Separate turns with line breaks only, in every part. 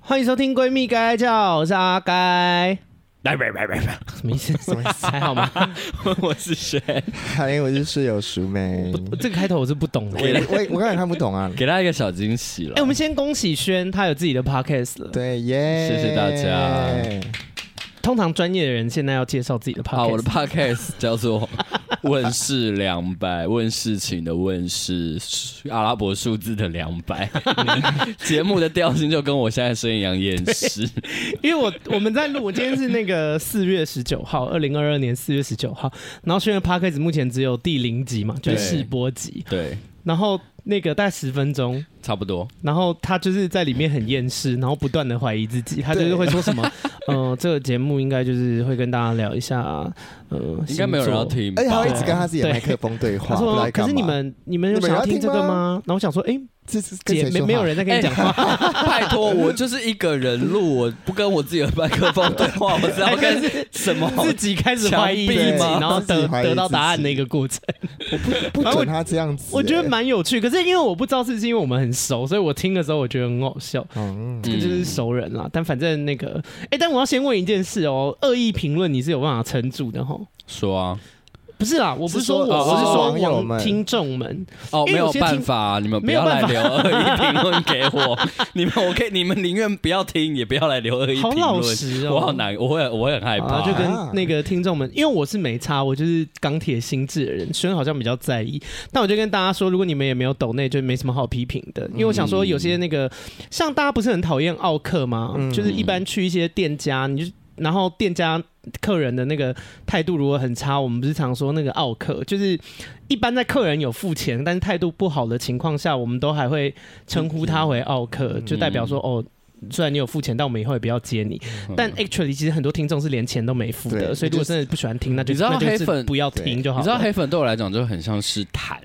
欢迎收听《闺蜜该叫》，我是阿该。
来来来来来，
什么意思？什么意 思？还好吗？
我是轩，
嗨，我是室友淑梅。
这个开头我是不懂的。
我
哎、
我我刚才看不懂啊。
给他一个小惊喜了。
我们先恭喜轩，他有自己的 podcast 了。
对耶，
谢谢大家。
通常专业的人现在要介绍自己的 podcast，、
好，我的 podcast 叫做 《问世两百》，问事情的问是阿拉伯数字的两百。节目的调性就跟我现在声音一样厌世。
因为我我们在录，我今天是那个四月十九号， 二零二二年四月十九号，然后轩的 podcast 目前只有第零集嘛，就是
对
试播集，
对，
然后那个大概十分钟，
差不多。
然后他就是在里面很厌世，然后不断的怀疑自己，他就是会说什么， 嗯、这个节目应该就是会跟大家聊一下，呃，
应该没有人要
星座。
听吧
而哎且？他会一直跟他自己的麦克风对
他
话，不知道
说
在：“
可
干
是
嘛
你们你们有
你们
想要
要
听
听
这个
吗
吗？”然后我想说：“哎、
这是跟
姐
谁
没
说
没有
话
人在跟你讲话，
拜托，我就是一个人录，我不跟我自己的麦克风对话，我 知道跟什么？
自己开始怀疑自己，
墙壁吗
然后
自
得
己怀疑
得到
自己
答案的一个过程。”
不
反正我
准他这样子。
我觉得
哎
蛮有趣，可是因为我不知道是不是因为我们很熟，所以我听的时候我觉得很好笑，
嗯，
这个就是熟人啦。但反正那个，哎、但我要先问一件事哦，恶意评论你是有办法撑住的吼？
说啊，
不是啦，我不是
是
说
说
我，我是
哦
说
网友
网
们
听众们，
哦，
因
没
为有
有
些
办
听
法啊，你们不
没有
要
办
来
法
留恶意评论给我，你们我可以，你们宁愿不要听，也不要来留恶意评
好
论。
老实哦
我好难，我会我会很害
啊，
怕。
就
啊
跟那个听众们，因为我是没差，我就是钢铁心智的人，虽然好像比较在意，但我就跟大家说，如果你们也没有抖内，就没什么好批评的，
嗯
因为我想说，有些那个像大家不是很讨厌奥克吗？
嗯
就是一般去一些店家，你就。然后店家客人的那个态度如果很差，我们不是常说那个奥克，就是一般在客人有付钱，但是态度不好的情况下，我们都还会称呼他
嗯
为奥克，就代表说哦，虽然你有付钱，但我们以后也不要接你。
嗯
但 actually，其实很多听众是连钱都没付的，
对
所以如果真的不喜欢听，那就
你知道
那就是
黑粉
不要听就好了。
你知道黑粉对我来讲就很像是痰，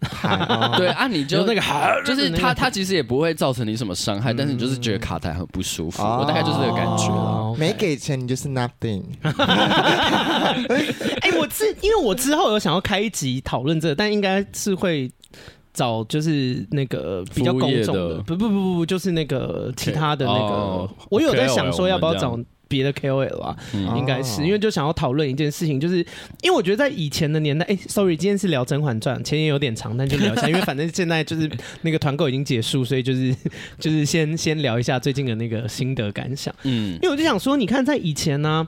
好
对啊，你就
就那个哈
就是
那个嗯
他他其实也不会造成你什么伤害，但是你就是觉得卡痰很不舒服，
啊
哦
我大概就是这个感觉。
哦
没给钱你就是 nothing。
哎、我之因为我之后有想要开一集讨论这个，但应该是会找就是那个比较公众
服务业
的，
的
不不不不，就是那个其他的那个，
哦
我有在想说
KOL
要不要
我
找
们
别的 KOL 啊，
嗯
应该是
哦
因为就想要讨论一件事情，就是因为我觉得在以前的年代，哎、s o r r y 今天是聊《甄嬛传》，前言有点长，但就聊一下，因为反正现在就是那个团购已经结束，所以就是就是先先聊一下最近的那个心得感想。
嗯
因为我就想说，你看在以前呢、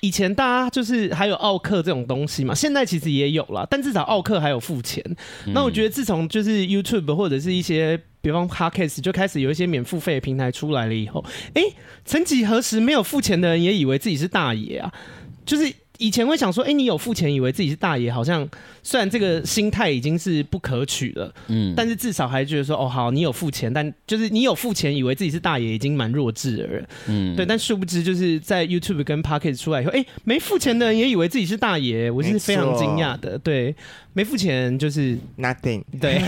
以前大家就是还有奥克这种东西嘛，现在其实也有啦，但至少奥克还有付钱。
嗯
那我觉得自从就是 YouTube 或者是一些比方 Podcast 就开始有一些免付费的平台出来了以后，哎、曾几何时没有付钱的人也以为自己是大爷啊，就是。以前会想说，哎、你有付钱，以为自己是大爷，好像虽然这个心态已经是不可取了，
嗯
但是至少还觉得说，哦，好，你有付钱，但就是你有付钱，以为自己是大爷，已经蛮弱智的人。
嗯
对，但殊不知就是在 YouTube 跟 Pocket 出来以后，哎、没付钱的人也以为自己是大爷，我是非常惊讶的。对，没付钱就是
，nothing。
对，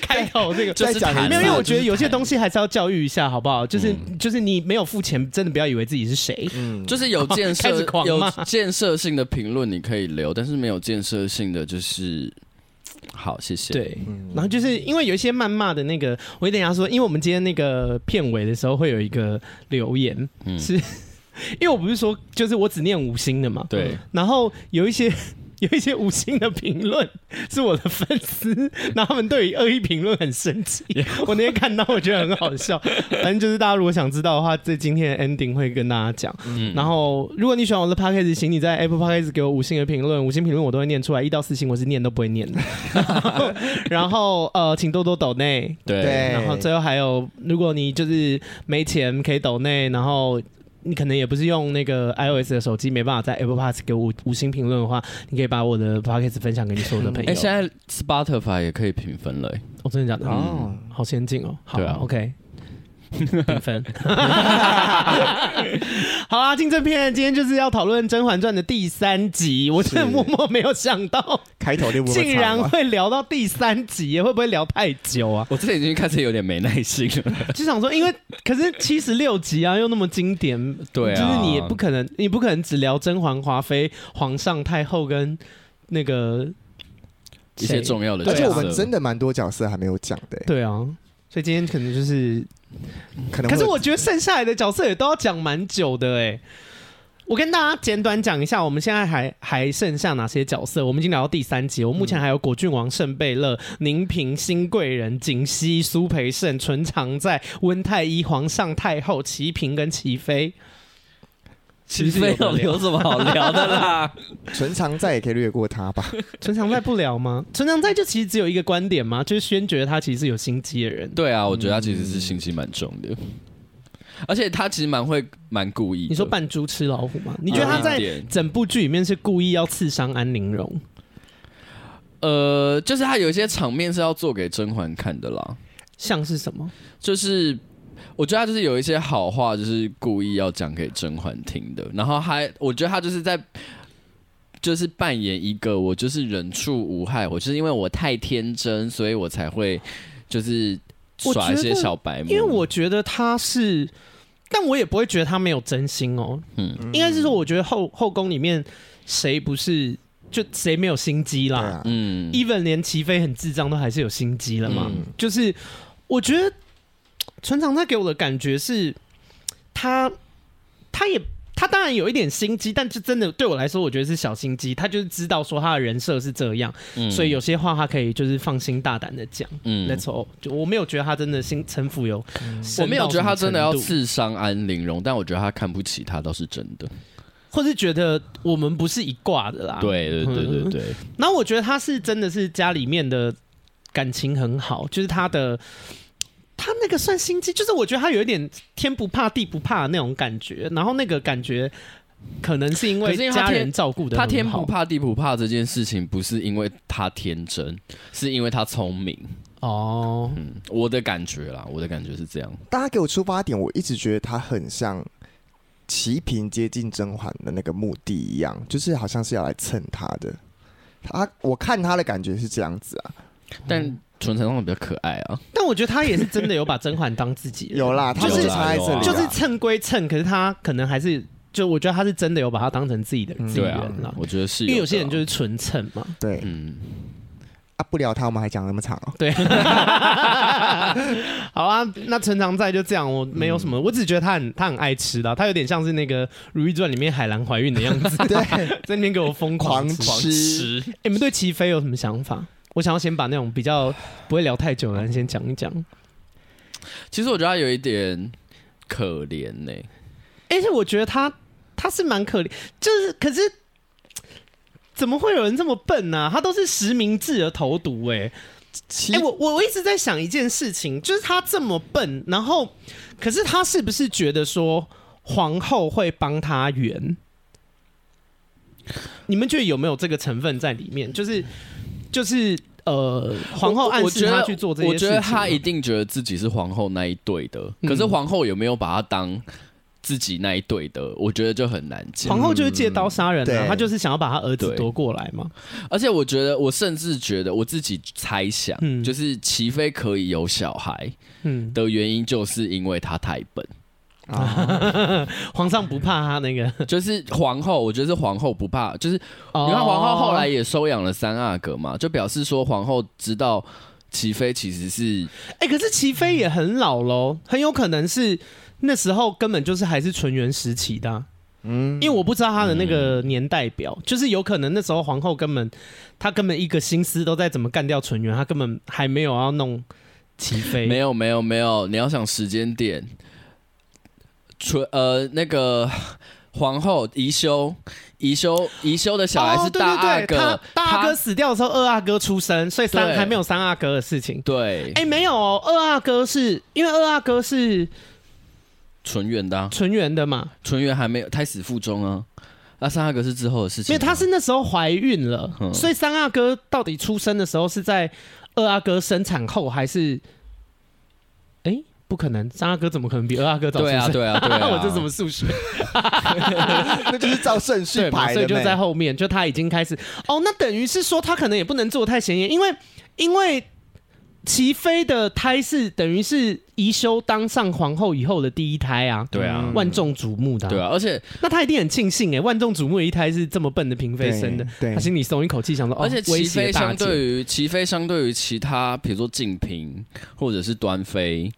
开头这个。
就是
再讲一
痰
次
没有，因为我觉得有些
就是痰
东西还是要教育一下，好不好？就是、就是你没有付钱，真的不要以为自己是谁。
嗯，
就是有建
开
设
始狂骂
有建设性的评论你可以留，但是没有建设性的就是好，谢谢。，
对，
嗯
然后就是因为有一些谩骂的那个，我跟大家说，因为我们今天那个片尾的时候会有一个留言，
嗯
是因为我不是说就是我只念五星的嘛，
对，
然后有一些有一些五星的评论是我的粉丝， 然后他们对于恶意评论很生气。我那天看到，我觉得很好笑。反正就是大家如果想知道的话，这今天的 ending 会跟大家讲。
嗯
然后如果你喜欢我的 podcast，请你在 Apple podcast 给我五星的评论，五星评论我都会念出来，一到四星我是念都不会念 的。然后呃，请多多抖内，
对，
对
然后最后还有，如果你就是没钱可以抖内，然后你可能也不是用那个 iOS 的手机，没办法在 Apple Pass 给我五五星评论的话，你可以把我的 Podcast 分享给你所有的朋友。
哎，现在 Spotify 也可以评分了，哎
哦，真的假的？
哦，
好先进哦。好
对啊
，OK。评分， 好啦，进正片，今天就是要讨论《甄嬛传》的第三集。我真的
是
默默没有想到，
开头就不会
竟
唱
然
了
会聊到第三集耶，会不会聊太久啊？
我之前已经开始有点没耐心了。
就想说，因为可是七十六集啊，又那么经典，
对啊
就是你也不可能，你不可能只聊甄嬛、华妃、皇上、太后跟那个
一些
谁
重要的
对啊
角
而
色，
且我们真的蛮多角色还没有讲的。
对啊，所以今天可能就是，
可能
可
会
是我觉得剩下来的角色也都要讲蛮久的哎、我跟大家简短讲一下，我们现在还还剩下哪些角色？我们已经聊到第三集，我目前还有果郡王圣贝勒、宁平、新贵人、景熙、苏培盛、纯常在、温太医、皇上、太后、齐平跟齐妃。
其实没有有什么好聊的啦。
纯常在也可以略过他吧。
纯常在不聊 吗？纯常在就其实只有一个观点嘛，就是宣觉他其实是有心机的人。
对啊，我觉得他其实是心机蛮重的，而且他其实蛮会蛮故意的。
你说扮猪吃老虎吗？你觉得他
有一
在
点
整部剧里面是故意要刺伤安陵容？
呃，就是他有一些场面是要做给甄嬛看的啦，
像是什么？
就是。我觉得他就是有一些好话，就是故意要讲给甄嬛听的。然后还，我觉得他就是在，就是扮演一个我就是人畜无害，我就是因为我太天真，所以我才会就是
我
耍一
觉
些
得
小白目。
因为我觉得他是，但我也不会觉得他没有真心哦。
嗯
应该是说，我觉得后后宫里面谁不是就谁没有心机
对
啦、
啊，
嗯
even 连齐飞很智障都还是有心机了嘛。
嗯
就是我觉得船长他给我的感觉是，他他也他当然有一点心机，但是真的对我来说，我觉得是小心机。他就是知道说他的人设是这样，
嗯
所以有些话他可以就是放心大胆的讲。
嗯
That's all，就我没有觉得他真的心城府有深到
我没有觉得他
什么
真的要
程度，
刺伤安陵容，但我觉得他看不起他倒是真的。
或是觉得我们不是一挂的啦。
对对对对 对，
然后我觉得他是真的是家里面的感情很好，就是他的他那个算心机，就是我觉得他有一点天不怕地不怕的那种感觉，然后那个感觉可能是因
可
为
是因为他
家
天
人照顾的
他天不怕地不怕这件事情，不是因为他天真，是因为他聪明。
哦，
嗯，我的感觉啦，我的感觉是这样。
大家给我出发点，我一直觉得他很像齐平接近甄嬛的那个目的一样，就是好像是要来蹭他的。他我看他的感觉是这样子啊，
嗯
但纯纯浪比较可爱啊，
但我觉得他也是真的有把甄嬛当自己人，
有啦，他
就是
是差在这里啊、
就是蹭归蹭，可是他可能还是就我觉得他是真的有把他当成自己的嗯自己哦
对啊
人啦，，
我觉得是
因
的啊。
为有些人就是纯蹭 嘛，
对
嗯，
啊，不聊他我们还讲那么长哦。
对， 好啊，那陈常在就这样，我没有什么，我只觉得他很他很爱吃的，他有点像是那个《如懿传》里面海兰怀孕的样 子，
对，
在那边给我疯狂吃。
狂吃
欸你们对齐飞有什么想法？我想要先把那种比较不会聊太久的人先讲一讲。
其实我觉得他有一点可怜呢、
而且欸我觉得他他是蛮可怜，就是可是怎么会有人这么笨呢、他都是实名制的投毒哎、
其
哎、我我我一直在想一件事情，就是他这么笨，然后可是他是不是觉得说皇后会帮他圆？你们觉得有没有这个成分在里面？就是就是呃，皇后暗示
我我觉
他
得
去做这
我
些事
觉
情吗。啊
得他一定觉得自己是皇后那一队的，
嗯
可是皇后有没有把他当自己那一队的，我觉得就很难讲。
皇后就是借刀杀人啊，
对
他就是想要把他儿子
对
夺过来嘛。
而且我觉得，我甚至觉得我自己猜想，
嗯
就是齐飞可以有小孩
嗯，
的原因，就是因为他太笨。
啊
皇上不怕他那个。
就是皇后，我觉得是皇后不怕，就是
哦
你看皇后后来也收养了三阿哥嘛，就表示说皇后知道齐飞其实是
哎、可是齐飞也很老喽，很有可能是那时候根本就是还是纯元时期的啊、
嗯
因为我不知道他的那个
嗯
年代表，就是有可能那时候皇后根本她根本一个心思都在怎么干掉纯元，她根本还没有要弄齐飞。
没
有，
有没有没有，你要想时间点，纯呃那个皇后宜修，宜修宜修的小孩是大阿
哦对对对，
哥
他，大阿哥
他
死掉的时候，二阿哥出生，所以三
对
还没有三阿哥的事情。
对
哎、没有、哦，二阿哥是因为二阿哥是
纯元的啊
纯元的嘛，
纯元还没有胎死腹中啊，那三阿哥是之后的事
因
情
为
啊，
她是那时候怀孕了，
嗯
所以三阿哥到底出生的时候是在二阿哥生产后还是？哎、不可能，三阿哥怎么可能比二阿哥早出
对
生？
啊对啊对 啊，
我这什么数 学？
那就是照顺序
哎对嘛，
排
所以
的
就在
呗。
后面，就他已经开始哦，那等于是说他可能也不能做太显眼，因为因为齐妃的胎是等于是宜修当上皇后以后的第一胎啊，
对啊
万众瞩目的、
对，啊，而且
那她一定很庆幸哎，万众瞩目的一胎是这么笨的嫔妃生的，
对对
她心里松一口气，想说哦，
而且
威
齐
胁
飞
大
相
姐
对于齐飞相对于其他，比如说静嫔或者是端妃，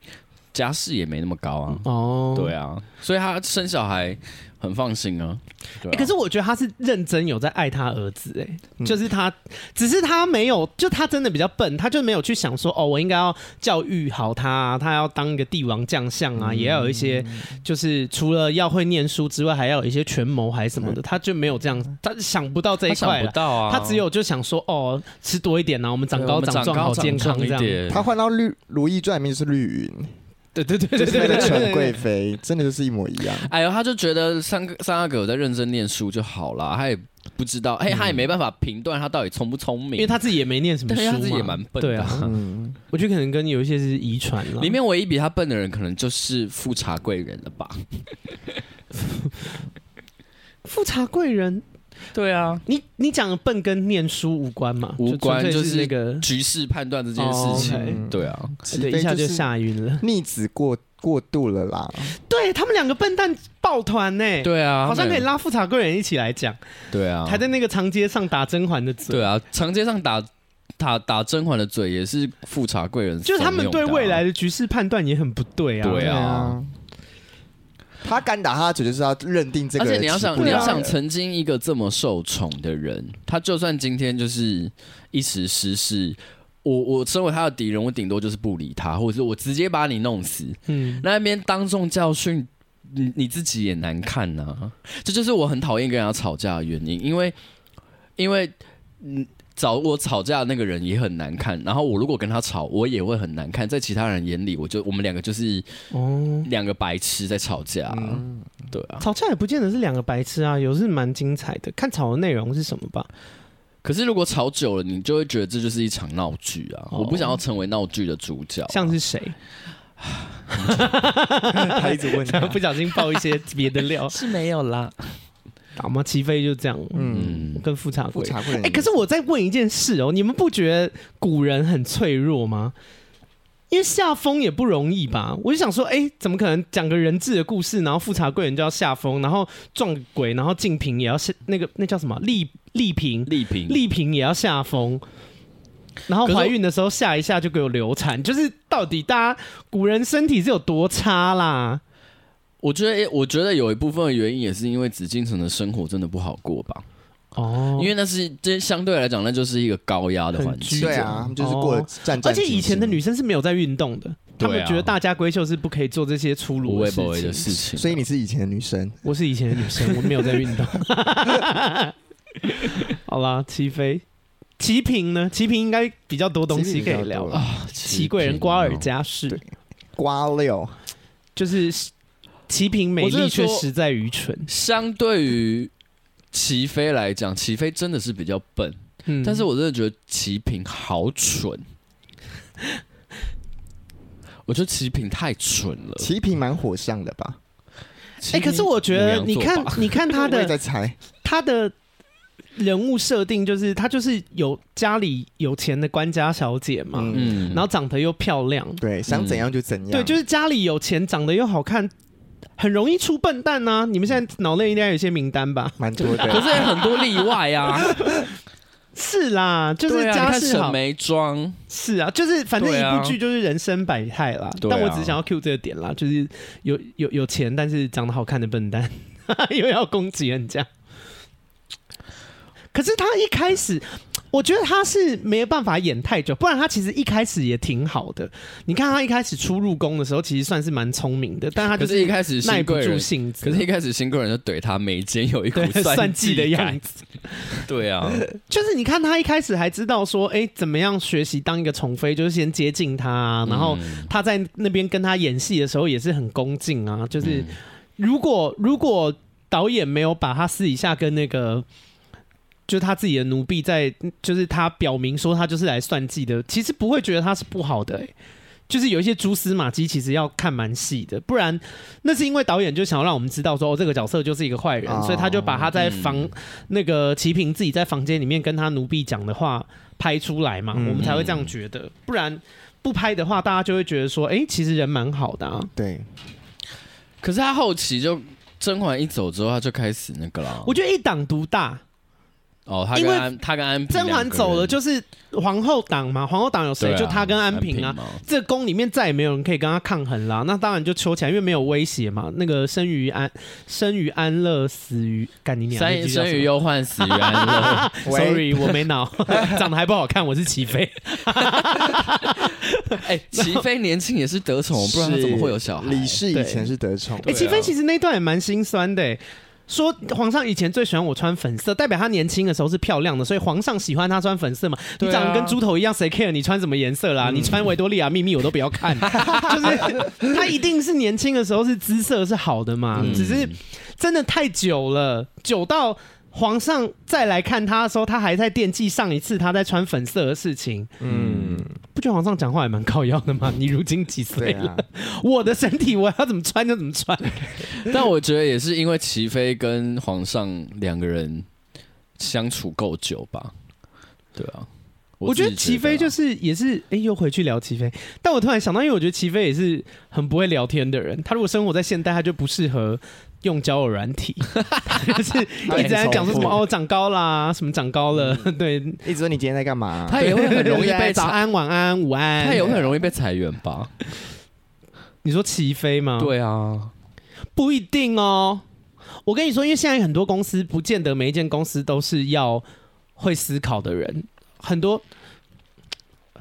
家世也没那么高啊。
哦，
对啊，所以他生小孩很放心啊。对啊
欸可是我觉得他是认真有在爱他儿子、欸，哎、
嗯
就是他，只是他没有，就他真的比较笨，他就没有去想说，哦，我应该要教育好他、啊，他要当一个帝王将相
嗯
啊，也要有一些，就是除了要会念书之外，还要有一些权谋还什么的，他就没有这样，他想不到这一
嗯他想
块
不
了。
到啊，
他只有就想说哦，吃多一点呢、啊，我们长
对
高
我们
壮，好健康这
一
样。
点。
他换到绿《如懿传》里面就是绿云，
对对对对
就是那
对
个
对
纯
对对，
贵妃，真的就是一模一样。
哎呦，他就觉得三个三阿哥有在认真念书就好啦，他也不知道，哎、他也没办法评断他到底聪不聪明，
嗯因为他自己也没念什么
但
书
是
嘛，
他自己也蛮笨的。
对啊，
嗯，
我觉得可能跟有一些是遗传了。
里面唯一比他笨的人，可能就是富察贵人了吧？
富察贵人
对啊，
你你讲的笨跟念书无关嘛？
无关
就纯粹
就是
是那个，
局势判断这件事情，
哦，OK
对啊，
齐
对，
妃
一下
就
就是吓晕了。
逆子过过度了啦。
对他们两个笨蛋抱团呢，
对啊，
好像可以
对
拉富察贵人一起来讲，
对啊，
还在那个长街上打甄嬛的嘴。
对啊，长街上打打打甄嬛的嘴也是富察贵人怂恿的啊，
就是他们对未来的局势判断也很不对啊。
对啊，
他敢打他的嘴，就是要认定这个
而
人
且你要
起
想，
不
你要
了
想，
了
曾经一个这么受宠的人，他就算今天就是一时失势，我我身为他的敌人，我顶多就是不理他，或者是我直接把你弄死。
嗯，
那边当众教训你，你自己也难看呐、这就是我很讨厌跟人家吵架的原因，因为因为嗯。找我吵架的那个人也很难看，然后我如果跟他吵，我也会很难看，在其他人眼里，我就我们两个就是
哦，嗯
两个白痴在吵架啊，对啊。
吵架也不见得是两个白痴啊，有是蛮精彩的，看吵的内容是什么吧。
可是如果吵久了，你就会觉得这就是一场闹剧啊！
哦
我不想要成为闹剧的主角啊、
像是谁
他一 直问他，
不小心爆一 些别的料，
是没有啦，
好吗？齐飞就这样，
嗯，
嗯，
跟富察
不
贵人。
查过人
哎、可是我再问一件事哦，你们不觉得古人很脆弱吗？因为下风也不容易吧？我就想说，哎、怎么可能讲个人质的故事，然后富察贵人就要下风，然后撞鬼，然后静嫔也要下那个那叫什么丽丽嫔，
丽萍，
丽嫔也要下风，然后
可是
怀孕的时候下一下就给我流产，就是到底大家古人身体是有多差啦？
我觉得，我觉得有一部分的原因也是因为紫禁城的生活真的不好过吧，
哦
因为那是这相对来讲，那就是一个高压的环境，
对啊，他们就是过得
哦
战战
而
兢兢。
且以前的女生是没有在运动的，她
对
们
啊
觉得大家闺秀是不可以做这些粗
无
鲁
微
的
不微的
事
事
情。
情，啊
所以你是以前的女生，
我是以前的女生，我没有在运动。 好啦，齐飞、齐平呢？齐平应该比较多东西可以聊吧？
啊，
齐贵人瓜尔
佳。
佳氏
对，瓜六
就是齐平美
我真
丽
的
却
说
实在愚蠢。
相对于齐飞来讲，齐飞真的是比较笨，
嗯
但是我真的觉得齐平好蠢， 我觉得齐平太蠢了。
齐平蛮火象的吧？
哎、可是我觉得，你看，你看他
我也
的
在猜，
他的人物设定，就是他就是有家里有钱的官家小姐嘛，
嗯
嗯
然后长得又漂亮，
对，想怎样就怎样。
嗯对，就是家里有钱，长得又好看，很容易出笨蛋呐、你们现在脑内应该有一些名单吧？
蛮多
可
的。
是很多例外啊，
是啦，就是
对啊你
家
看
世好，
沈眉庄，
是啊，就是反正
对
一
啊
部剧就是人生百态啦。
对啊
但我只是想要 cue 这个点啦，就是有有有钱，但是长得好看的笨蛋， 又要攻击人家。可是他一开始，我觉得他是没有办法演太久，不然他其实一开始也挺好的。你看他一开始初入宫的时候，其实算是蛮聪明的，但他就
可是一开始
耐
新
不
贵
住
人，
性子，
可是一开始新贵人就怼他眉间有一股
对算计
计
的
感
样子。
对啊，
就是你看他一开始还知道说，哎、怎么样学习当一个宠妃，就是先接近他、啊， 然后他在那边跟他演戏的时候也是很恭敬啊。就是如果如果导演没有把他私底下跟那个。就是他自己的奴婢在，就是他表明说他就是来算计的，其实不会觉得他是不好的、欸，就是有一些蛛丝马迹，其实要看蛮细的，不然那是因为导演就想要让我们知道说，哦，这个角色就是一个坏人，
哦
所以他就把他在
嗯
房、那个齐平自己在房间里面跟他奴婢讲的话拍出来嘛，
嗯
我们才会这样觉得。不然不拍的话，大家就会觉得说，哎、其实人蛮好的啊。
哦
对，
可是他后期就甄嬛一走之后，他就开始那个了。
我觉得一党独大，
哦，他
因
跟
为
安他跟安平
甄
两
嬛
个
走了
人
就是皇后党嘛，皇后党有谁？
对啊
就她跟安平啊。
嘛
这宫里面再也没有人可以跟他抗衡啦，那当然就抽起来，因为没有威胁嘛。那个生于安，生于安乐，死于干你娘。那
生
句叫
生
什么
于忧患，死于安 乐。
Sorry，我没 脑，长得还不好看，我是齐飞。
哎，齐妃年轻也是得宠，不然她怎么会有小孩？
李氏以
哦对
前是得宠，
哎、
对啊
齐飞其实那一段也蛮心酸的、欸，说皇上以前最喜欢我穿粉色，代表他年轻的时候是漂亮的，所以皇上喜欢他穿粉色嘛。你
对啊嗯
长得跟猪头一样，谁 care 你穿什么颜色啦？你穿维多利亚秘密我都不要 看，就是他一定是年轻的时候是姿色是好的嘛，
嗯
只是真的太久了，久到。皇上再来看他的时候，他还在惦记上一次他在穿粉色的事情。
嗯，
不觉得皇上讲话也蛮靠腰的吗？你如今几岁
对
了？
啊，
我的身体我要怎么穿就怎么穿。
但我觉得也是因为齐妃跟皇上两个人相处够久吧。对啊，
我觉
自
得
己啊
齐飞就是是也是，哎、又回去聊齐飞。但我突然想到，因为我觉得齐飞也是很不会聊天的人。他如果生活在现代，他就不适合用交友软体，他就是 一直在讲说什么
他很重复
哦长高啦，什么长高了，对，
一直说你今天在干嘛？
他也会很容易
对
被
早
裁，
安、晚安、午安。
他也会很
欸
容易被裁员吧？
你说齐飞吗？，
对啊，
不一定哦。我跟你说，因为现在很多公司不见得每一间公司都是要会思考的人，很多。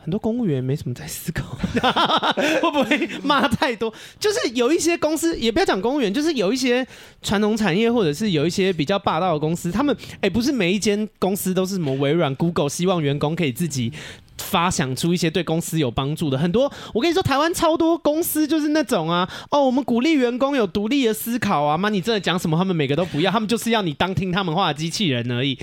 很多公务员没什么在思考， 会不会骂太多？就是有一些公司，也不要讲公务员，就是有一些传统产业，或者是有一些比较霸道的公司，他们哎、不是每一间公司都是什么微软、Google，希望员工可以自己发想出一些对公司有帮助的。很多我跟你说，台湾超多公司就是那种啊，哦，我们鼓励员工有独立的思考啊，妈，你真的讲什么，他们每个都不要，他们就是要你当听他们话的机器人而已。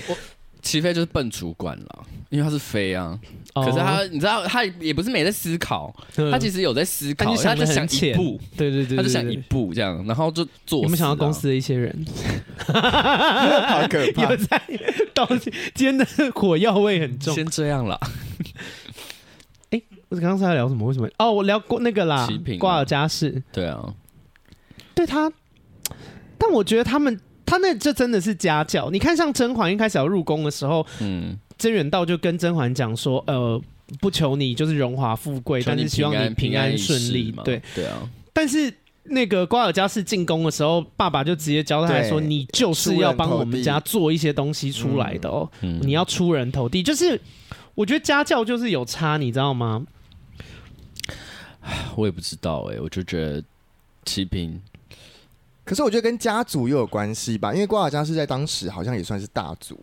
齐妃就是笨主管了，因为他是妃啊。可是他，你知道，他也不是没在思考，
哦嗯
他其实有在思
他
考，
就
他
想
就
得
想
很
一
浅
步，
对对对，
他就想
对
一啊
对
步这样，然后就做。
有没有想到公司？的一些人
好可怕
有！在到今天的火药味很重？
先这样了，
我刚刚是在聊什么？为什么？哦，我聊过那个啦
齐平，啊
挂耳家事。
对啊，
对他，但我觉得他们他那这真的是家教。你看，像甄嬛一开始要入宫的时候，
嗯，
甄远道就跟甄嬛讲说，呃。不求你就是荣华富贵，但是希望
求
你
你
平
安一
顺
世
利
嘛。
对，
对啊，
但是那个瓜尔佳氏进宫的时候，爸爸就直接交代
对
说：“你就是要帮我
出人头
们
地
家做一些东西出来的哦，
嗯
你要出人头地。”就是我觉得家教就是有差，你知道吗？
我也不知道哎，我就觉得齐平
可是我觉得跟家族又有关系吧，因为瓜尔佳是在当时好像也算是大族，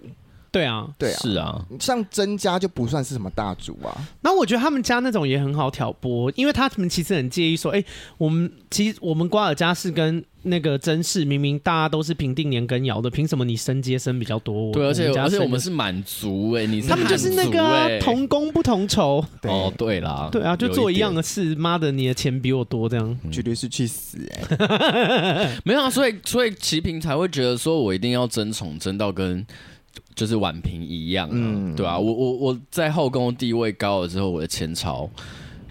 对啊，
对啊，
是啊，
像甄家就不算是什么大族啊，
然后我觉得他们家那种也很好挑拨，因为他们其实很介意说，哎、我们其实我们瓜尔佳氏跟那个甄氏明明大家都是平定年羹尧的，凭什么你升阶升比较多？我
对，而且
们家
而且
升
我们是满族哎，你
他们就是那个、啊
汉、族哎
同工不同酬，
对，
哦，对啦，
对啊，就
有
做一
点
样的事，妈的，你的钱比我多这样。
嗯
绝对是去死哎、
没有啊，所以所以齐平才会觉得说我一定要争宠争到跟就是宛平一样、啊，
嗯
对啊，我我我在后宫地位高了之后，我的前朝，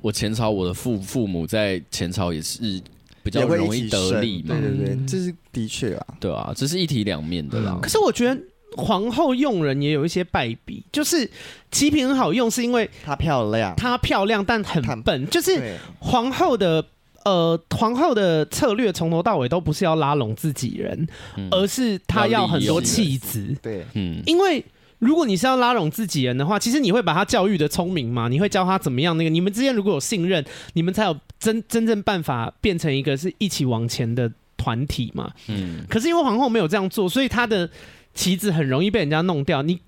我前朝我的父父母在前朝也是比较
也会
容
一
易
起
得
生
利嘛
对，对对，
嗯
这是的确啊，
对啊，这是一体两面的啦
可。是我觉得皇后用人也有一些败笔，就是齐嫔很好用，是因为
她漂亮，
她漂亮但很
她
笨，就是
对，
皇后的呃，皇后的策略从头到尾都不是要拉拢自己人，
嗯
而是她要很多气质。
对，
嗯，
因为如果你是要拉拢自己人的话，其实你会把她教育的聪明嘛，你会教她怎么样那个。你们之间如果有信任，你们才有真真正办法变成一个是一起往前的团体嘛。
嗯，
可是因为皇后没有这样做，所以她的棋子很容易被人家弄掉。你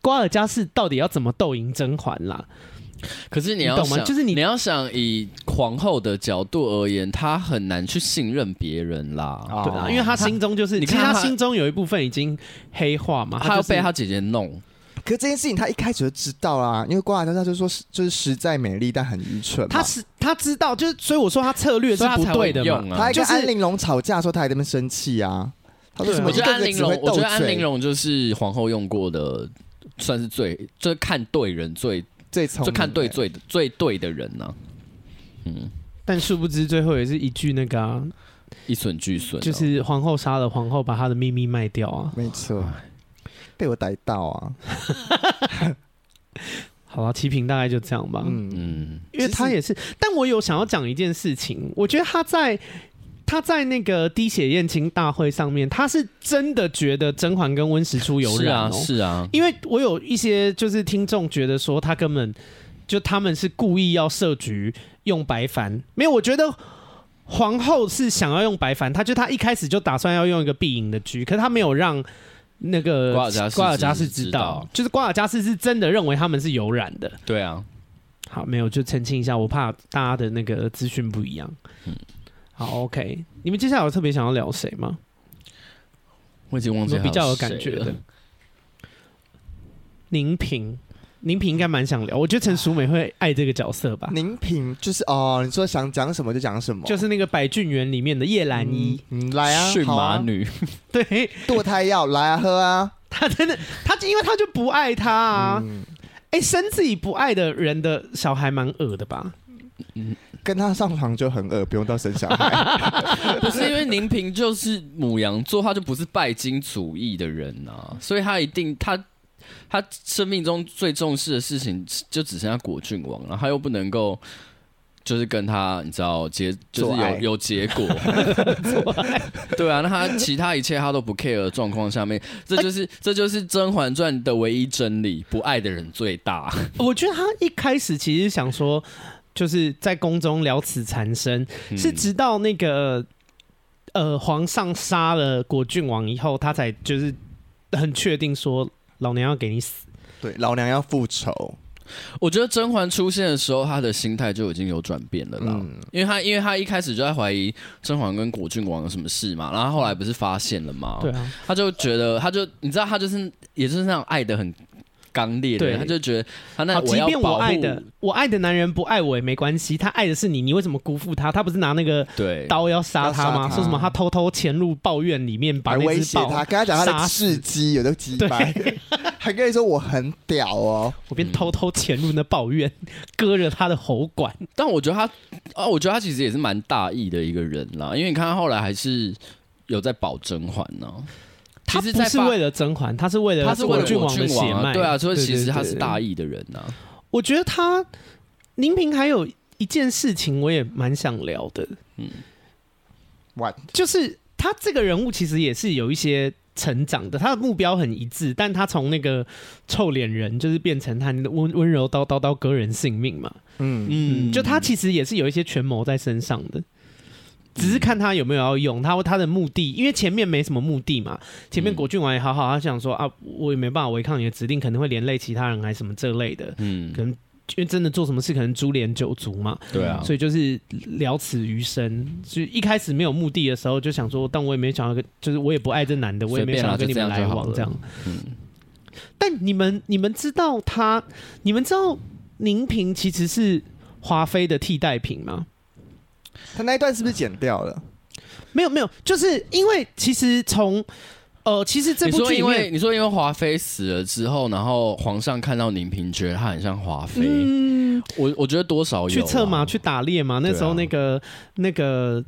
瓜尔佳氏到底要怎么斗赢甄嬛啦？
可是你要
你懂吗
想
就是你
你要想以皇后的角度而言，她很难去信任别人啦。
哦
对啊，因为她心中就是，
你
其实
看她
她心中有一部分已经黑化嘛，
她要
啊就是
被她姐姐弄，
可这件事情她一开始就知道啦，因为瓜尔佳她就说是就是实在美丽但很愚蠢嘛，
他是他知道，就是所以我说他策略是
所以她
不
才
对
会
的嘛。
用
她
啊
还。
就
跟
是
安陵容吵架的时候，她还在那边生气啊，她说什么
我
一
觉得
个
安
个
陵
只
容
会，
我
斗
觉得安陵
嘴，
容就是皇后用过的，算是最就是看对人最
最聪
就
明，
看对最最对的人呢、啊嗯，
但殊不知最后也是一句那个、啊，
一损俱损哦、
就是皇后杀了皇后，把她的秘密卖掉啊。
没错，被我逮到啊，
好了，齐平大概就这样吧。
嗯，
嗯，
因为他也是，但我有想要讲一件事情，我觉得他在他在那个滴血验亲大会上面，他是真的觉得甄嬛跟温实初有
是
染
啊
哦、
是啊，
因为我有一些就是听众觉得说他根本就他们是故意要设局用白矾，没有，我觉得。皇后是想要用白矾，她就她一开始就打算要用一个必赢的局，可是她没有让那个
瓜 尔佳氏
瓜尔佳氏
知
知
道
道，就是瓜尔佳氏是真的认为他们是有染的，
对啊，
好，没有就澄清一下，我怕大家的那个资讯不一样。好，OK，你们接下来有特别想要聊谁吗？
我已经忘
你
记
们比
还
较有
谁
感觉
了
的，宁平，宁平应该蛮想聊，我觉得陈淑美会爱这个角色吧，
宁嫔就是哦，你说想讲什么就讲什么，
就是那个《百俊园》里面的叶澜依，
嗯，来啊，
驯
好啊
马女，
对
堕胎药来啊，喝啊，
她真的，她因为她就不爱她啊，
嗯，
哎、生自己不爱的人的小孩蛮恶的吧？
跟他上床就很恶，不用到生小 孩，
不是因为宁嫔就是母羊座，她就不是拜金主义的人呐、所以她一定她她生命中最重视的事情就只剩下果郡王了，她又不能够。就是跟他，你知道结就
做
是
爱
有有结果， 对啊，那他其他一切他都不 care 的状况下面，这就是 这就是《甄嬛传》的唯一真理，不爱的人最大。
我觉得他一开始其实想说，就是在宫中了此残生，是
嗯
直到那个呃皇上杀了果郡王以后，他才就是很确定说老娘要给你死。
对，老娘要复仇，
我觉得甄嬛出现的时候，她的心态就已经有转变了啦，
嗯
因为她因为她一开始就在怀疑甄嬛跟果郡王有什么事嘛，然后后来不是发现了嘛，
对，啊，
她就觉得她就你知道她就是也就是那种爱的很刚烈的人，
对
她就觉得她那
好，即
要
便
保
我
护
爱的我爱的男人不爱我也没关系，他爱的是你，你为什么辜负他？他不是拿那个
对
刀要杀
要杀
他吗？
他
说什么他偷偷潜入抱院里面把
还
那
威
只
胁
豹
他，跟他讲他
杀
的
死
事迹，有的击败， 还跟你说我很屌哦，
我便偷偷潜入那抱院， 割了他的喉管。
但我觉得他，啊，我觉得他其实也是蛮大意的一个人啦，因为你看他后来还是有在保甄嬛呢、
他
其实
不
在
是
发
为了甄嬛，他是为了
他是为了
郡
果
王的
郡王
血
啊，
脉。
对啊，所以其实他是
对对
大意的人啊呐、
我觉得他宁平还有一件事情，我也蛮想聊的，
嗯
哇，
就是他这个人物其实也是有一些成长的，他的目标很一致，但他从那个臭脸人就是变成他温温柔叨叨叨割人性命嘛，
嗯，
嗯
就他其实也是有一些权谋在身上的。只是看他有没有要用他他的目的，因为前面没什么目的嘛。前面
嗯
果郡王也好好，他想说啊，我也没办法违抗你的指令，可能会连累其他人还什么这类的。
嗯
可，能因为真的做什么事可能株连九族嘛，
对啊，
所以就是了此余生。所以一开始没有目的的时候，就想说，但我也没想要跟，就是我也不爱这男的，我也没想要跟你们来往
随
这
便啦
样。
嗯
但你们你们知道他，你们知道宁嫔其实是华妃的替代品吗？
他那一段是不是剪掉了？
没有没有，就是因为其实从呃，其实这
你
部
说
剧里
因为
面，
你说因为华妃死了之后，然后皇上看到宁嫔，觉得她很像华妃，
嗯，
我我觉得多少有啊
去策马
嘛，
去打猎嘛，那时
对
候
啊
那个、那个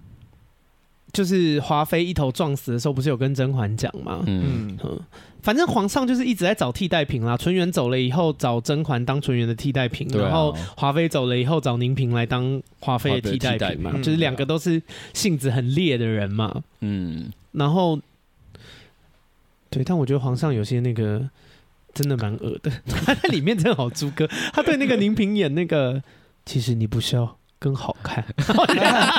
就是华妃一头撞死的时候，不是有跟甄嬛讲吗？
嗯，
嗯，
嗯，反正皇上就是一直在找替代品啦。纯元走了以后，找甄嬛当纯元的替代品，
对啊
然后华妃走了以后，找宁嫔来当华妃的替代品嘛，
华妃的替代品
就是两个都是性子很烈的人嘛。
嗯，
然后，对，但我觉得皇上有些那个真的蛮恶的， 他在里面真的好猪哥，他对那个宁嫔演那个，其实你不需要。更好看，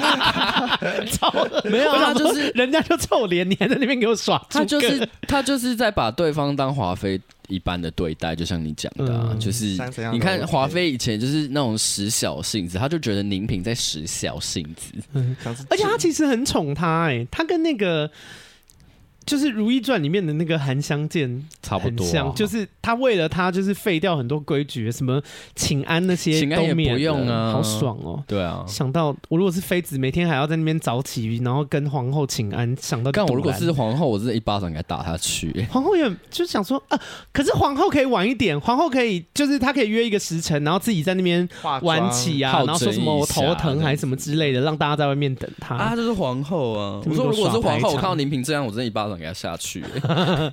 超恶
没有啊
我想说
就是
人家就臭脸，你还在那边给我耍猪哥，
他就是他就是在把对方当华妃一般的对待，就像你讲的、啊，
嗯
就是
三怎样
你
都
看
OK
华妃以前就是那种使小性子，他就觉得宁嫔在使小性子，
像是
欸而且他其实很宠他哎、他跟那个就是《如懿传》里面的那个韩香见
差不多
很
啊、
像，就是他为了他就是废掉很多规矩，什么请安那些
请安
都
也不
免了
用啊
好爽哦。
对啊。
想到我如果是妃子，每天还要在那边早起，然后跟皇后请安，想到
但我如果
堵拦
是皇后，我真的一巴掌给她打下去、欸
皇后也就想说啊，可是皇后可以晚一点，皇后可以就是她可以约一个时辰，然后自己在那边晚
嗯
起啊，
化妆
然后说什么我头
好整一
疼
下
还是什么之类的，让大家在外面等她。
啊，这是皇后啊！
这么多
我说如果我是
耍
皇
白
后，
场
我看到林平这样，我真的一巴掌给她下去、欸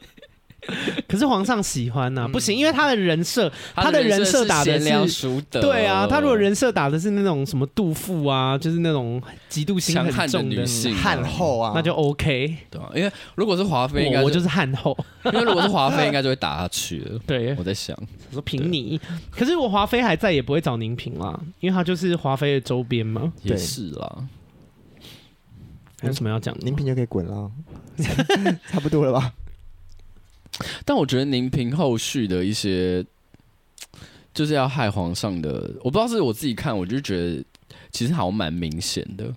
可是皇上喜欢
嗯
呐、不行，因为他的人设，他的人设
是
打的
贤良
是。
淑德，
对啊，他如果人设打的是那种什么杜甫啊，就是那种嫉妒心
强悍
很
的
重
女性啊
汉后啊，
那就 OK。
对啊，因为如果是华妃，应该，
我我就是是汉后，
因为如果是华妃，应该就会打下去了。
对，
我 在想，
我说凭你。可是我华妃还在，也不会找宁嫔啦，因为她就是华妃的周边嘛。
也
对
是啦。
还有什么要讲的吗？
宁嫔就可以 滚了， 差不多了吧？
但我觉得宁嫔后续的一些，就是要害皇上的，我不知道是我自己看，我就觉得其实好像蛮明显的。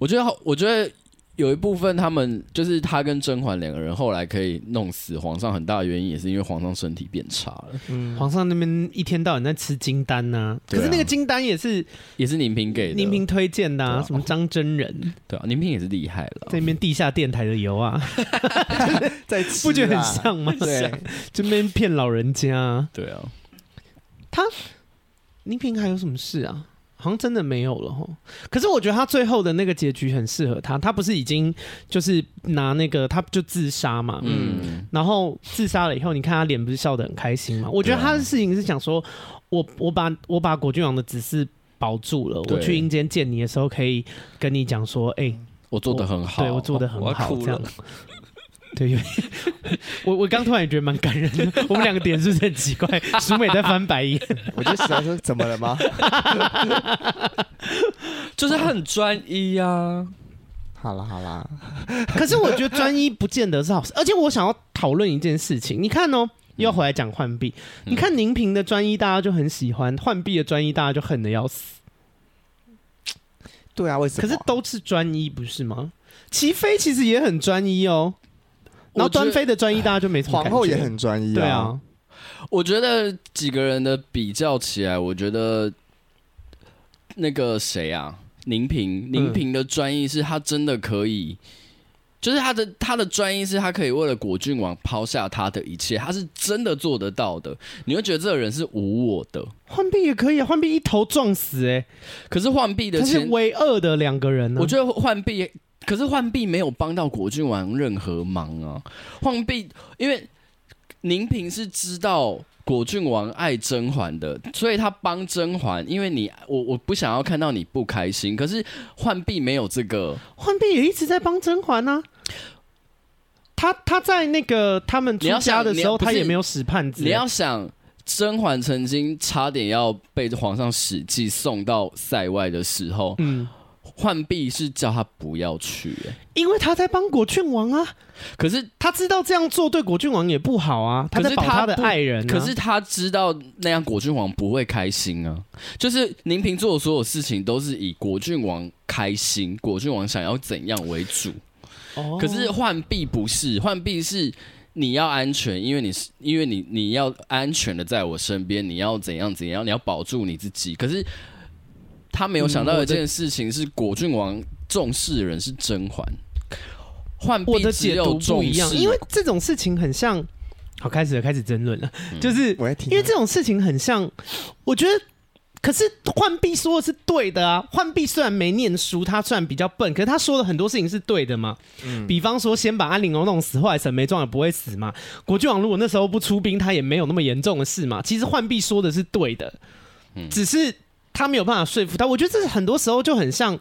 我觉得好，我觉得有一部分他们就是他跟甄嬛两个人后来可以弄死皇上，很大的原因也是因为皇上身体变差了，
嗯，
皇上那边一天到晚在吃金丹呐、
对
可
啊
是那个金丹也是
也是宁嫔给的。
宁嫔推荐的、啊，
对啊
什么张真人
对啊，宁嫔也是厉害了
在。那边地下电台的油啊，
在吃
不觉得
啦
很像吗？
对，
这边骗老人家啊。
对啊，
宁嫔还有什么事啊？好像真的没有了吼。可是我觉得他最后的那个结局很适合他，他不是已经就是拿那个他就自杀嘛，嗯，
嗯，
然后自杀了以后，你看他脸不是笑得很开心嘛？我觉得
对啊
他的事情是想说，我我把我把果郡王的子嗣保住了，
对
我去阴间见你的时候可以跟你讲说，哎、
我做的很好，
对我做的很
我要
好，
哭
这样
了。。
对， 因为我我刚突然也觉得蛮感人 的，我们两个点是不是很奇怪？淑美在翻白眼，
我就想说怎么了吗？
就是他很专一啊，
好啦好啦，
可是我觉得专一不见得是好事，而且我想要讨论一件事情，你看
嗯
哦。又要回来讲浣碧，你看宁嫔的专一大家就很喜欢，浣碧的专一大家就恨的要死。
对啊，为什么？
可是都是专一，不是吗？齐妃其实也很专一哦，然后端妃的专一大家就没什么
皇
感觉
后也很专一
对，啊，
我觉得几个人的比较起来，我觉得那个谁啊，宁嫔，
嗯
宁嫔的专一是她真的可以，就是她的她的专一是她可以为了果郡王抛下她的一切，她是真的做得到的。你会觉得这个人是无我的，
浣碧也可以啊，浣碧一头撞死哎、
可是浣碧的
他是
前，
唯二的两个人呢、啊
我觉得浣碧，可是浣碧没有帮到果郡王任何忙啊。浣碧因为宁嫔是知道果郡王爱甄嬛的，所以他帮甄嬛，因为你我我不想要看到你不开心。可是浣碧没有这个，
浣碧也一直在帮甄嬛啊。他他在那个他们出
你要
家
想
的时候，
你要不
他
是
也没有使绊子欸。
你要想。甄嬛曾经差点要被皇上史记送到塞外的时候，
嗯，
浣碧是叫他不要去、欸
因为他在帮果郡王啊，
可是
他知道这样做对果郡王也不好啊，
可是
在保
他
他的
不
爱人、啊。
可是他知道那样果郡王不会开心啊，就是宁嫔做的所有事情都是以果郡王开心、果郡王想要怎样为主。
哦，
可是浣碧不是，浣碧是你要安全，因为你是因为你你要安全的在我身边，你要怎样怎样，你要保住你自己。可是他没有想
嗯
到
我
一
的
件事情是，果郡王重视的人是甄嬛，浣
我
碧
的
只
解
有
读不
重
一样，
视，
因为这种事情很像，好开始了开始争论了，
嗯
就是
我在听啊，
因为这种事情很像，我觉得。可是浣碧说的是对的啊，浣碧虽然没念书，她虽然比较笨，可是她说的很多事情是对的嘛。
嗯
比方说，先把安陵容弄死，后来沈眉庄也不会死嘛。国郡王如果那时候不出兵，他也没有那么严重的事嘛。其实浣碧说的是对的，
嗯
只是他没有办法说服他。我觉得这是很多时候就很像。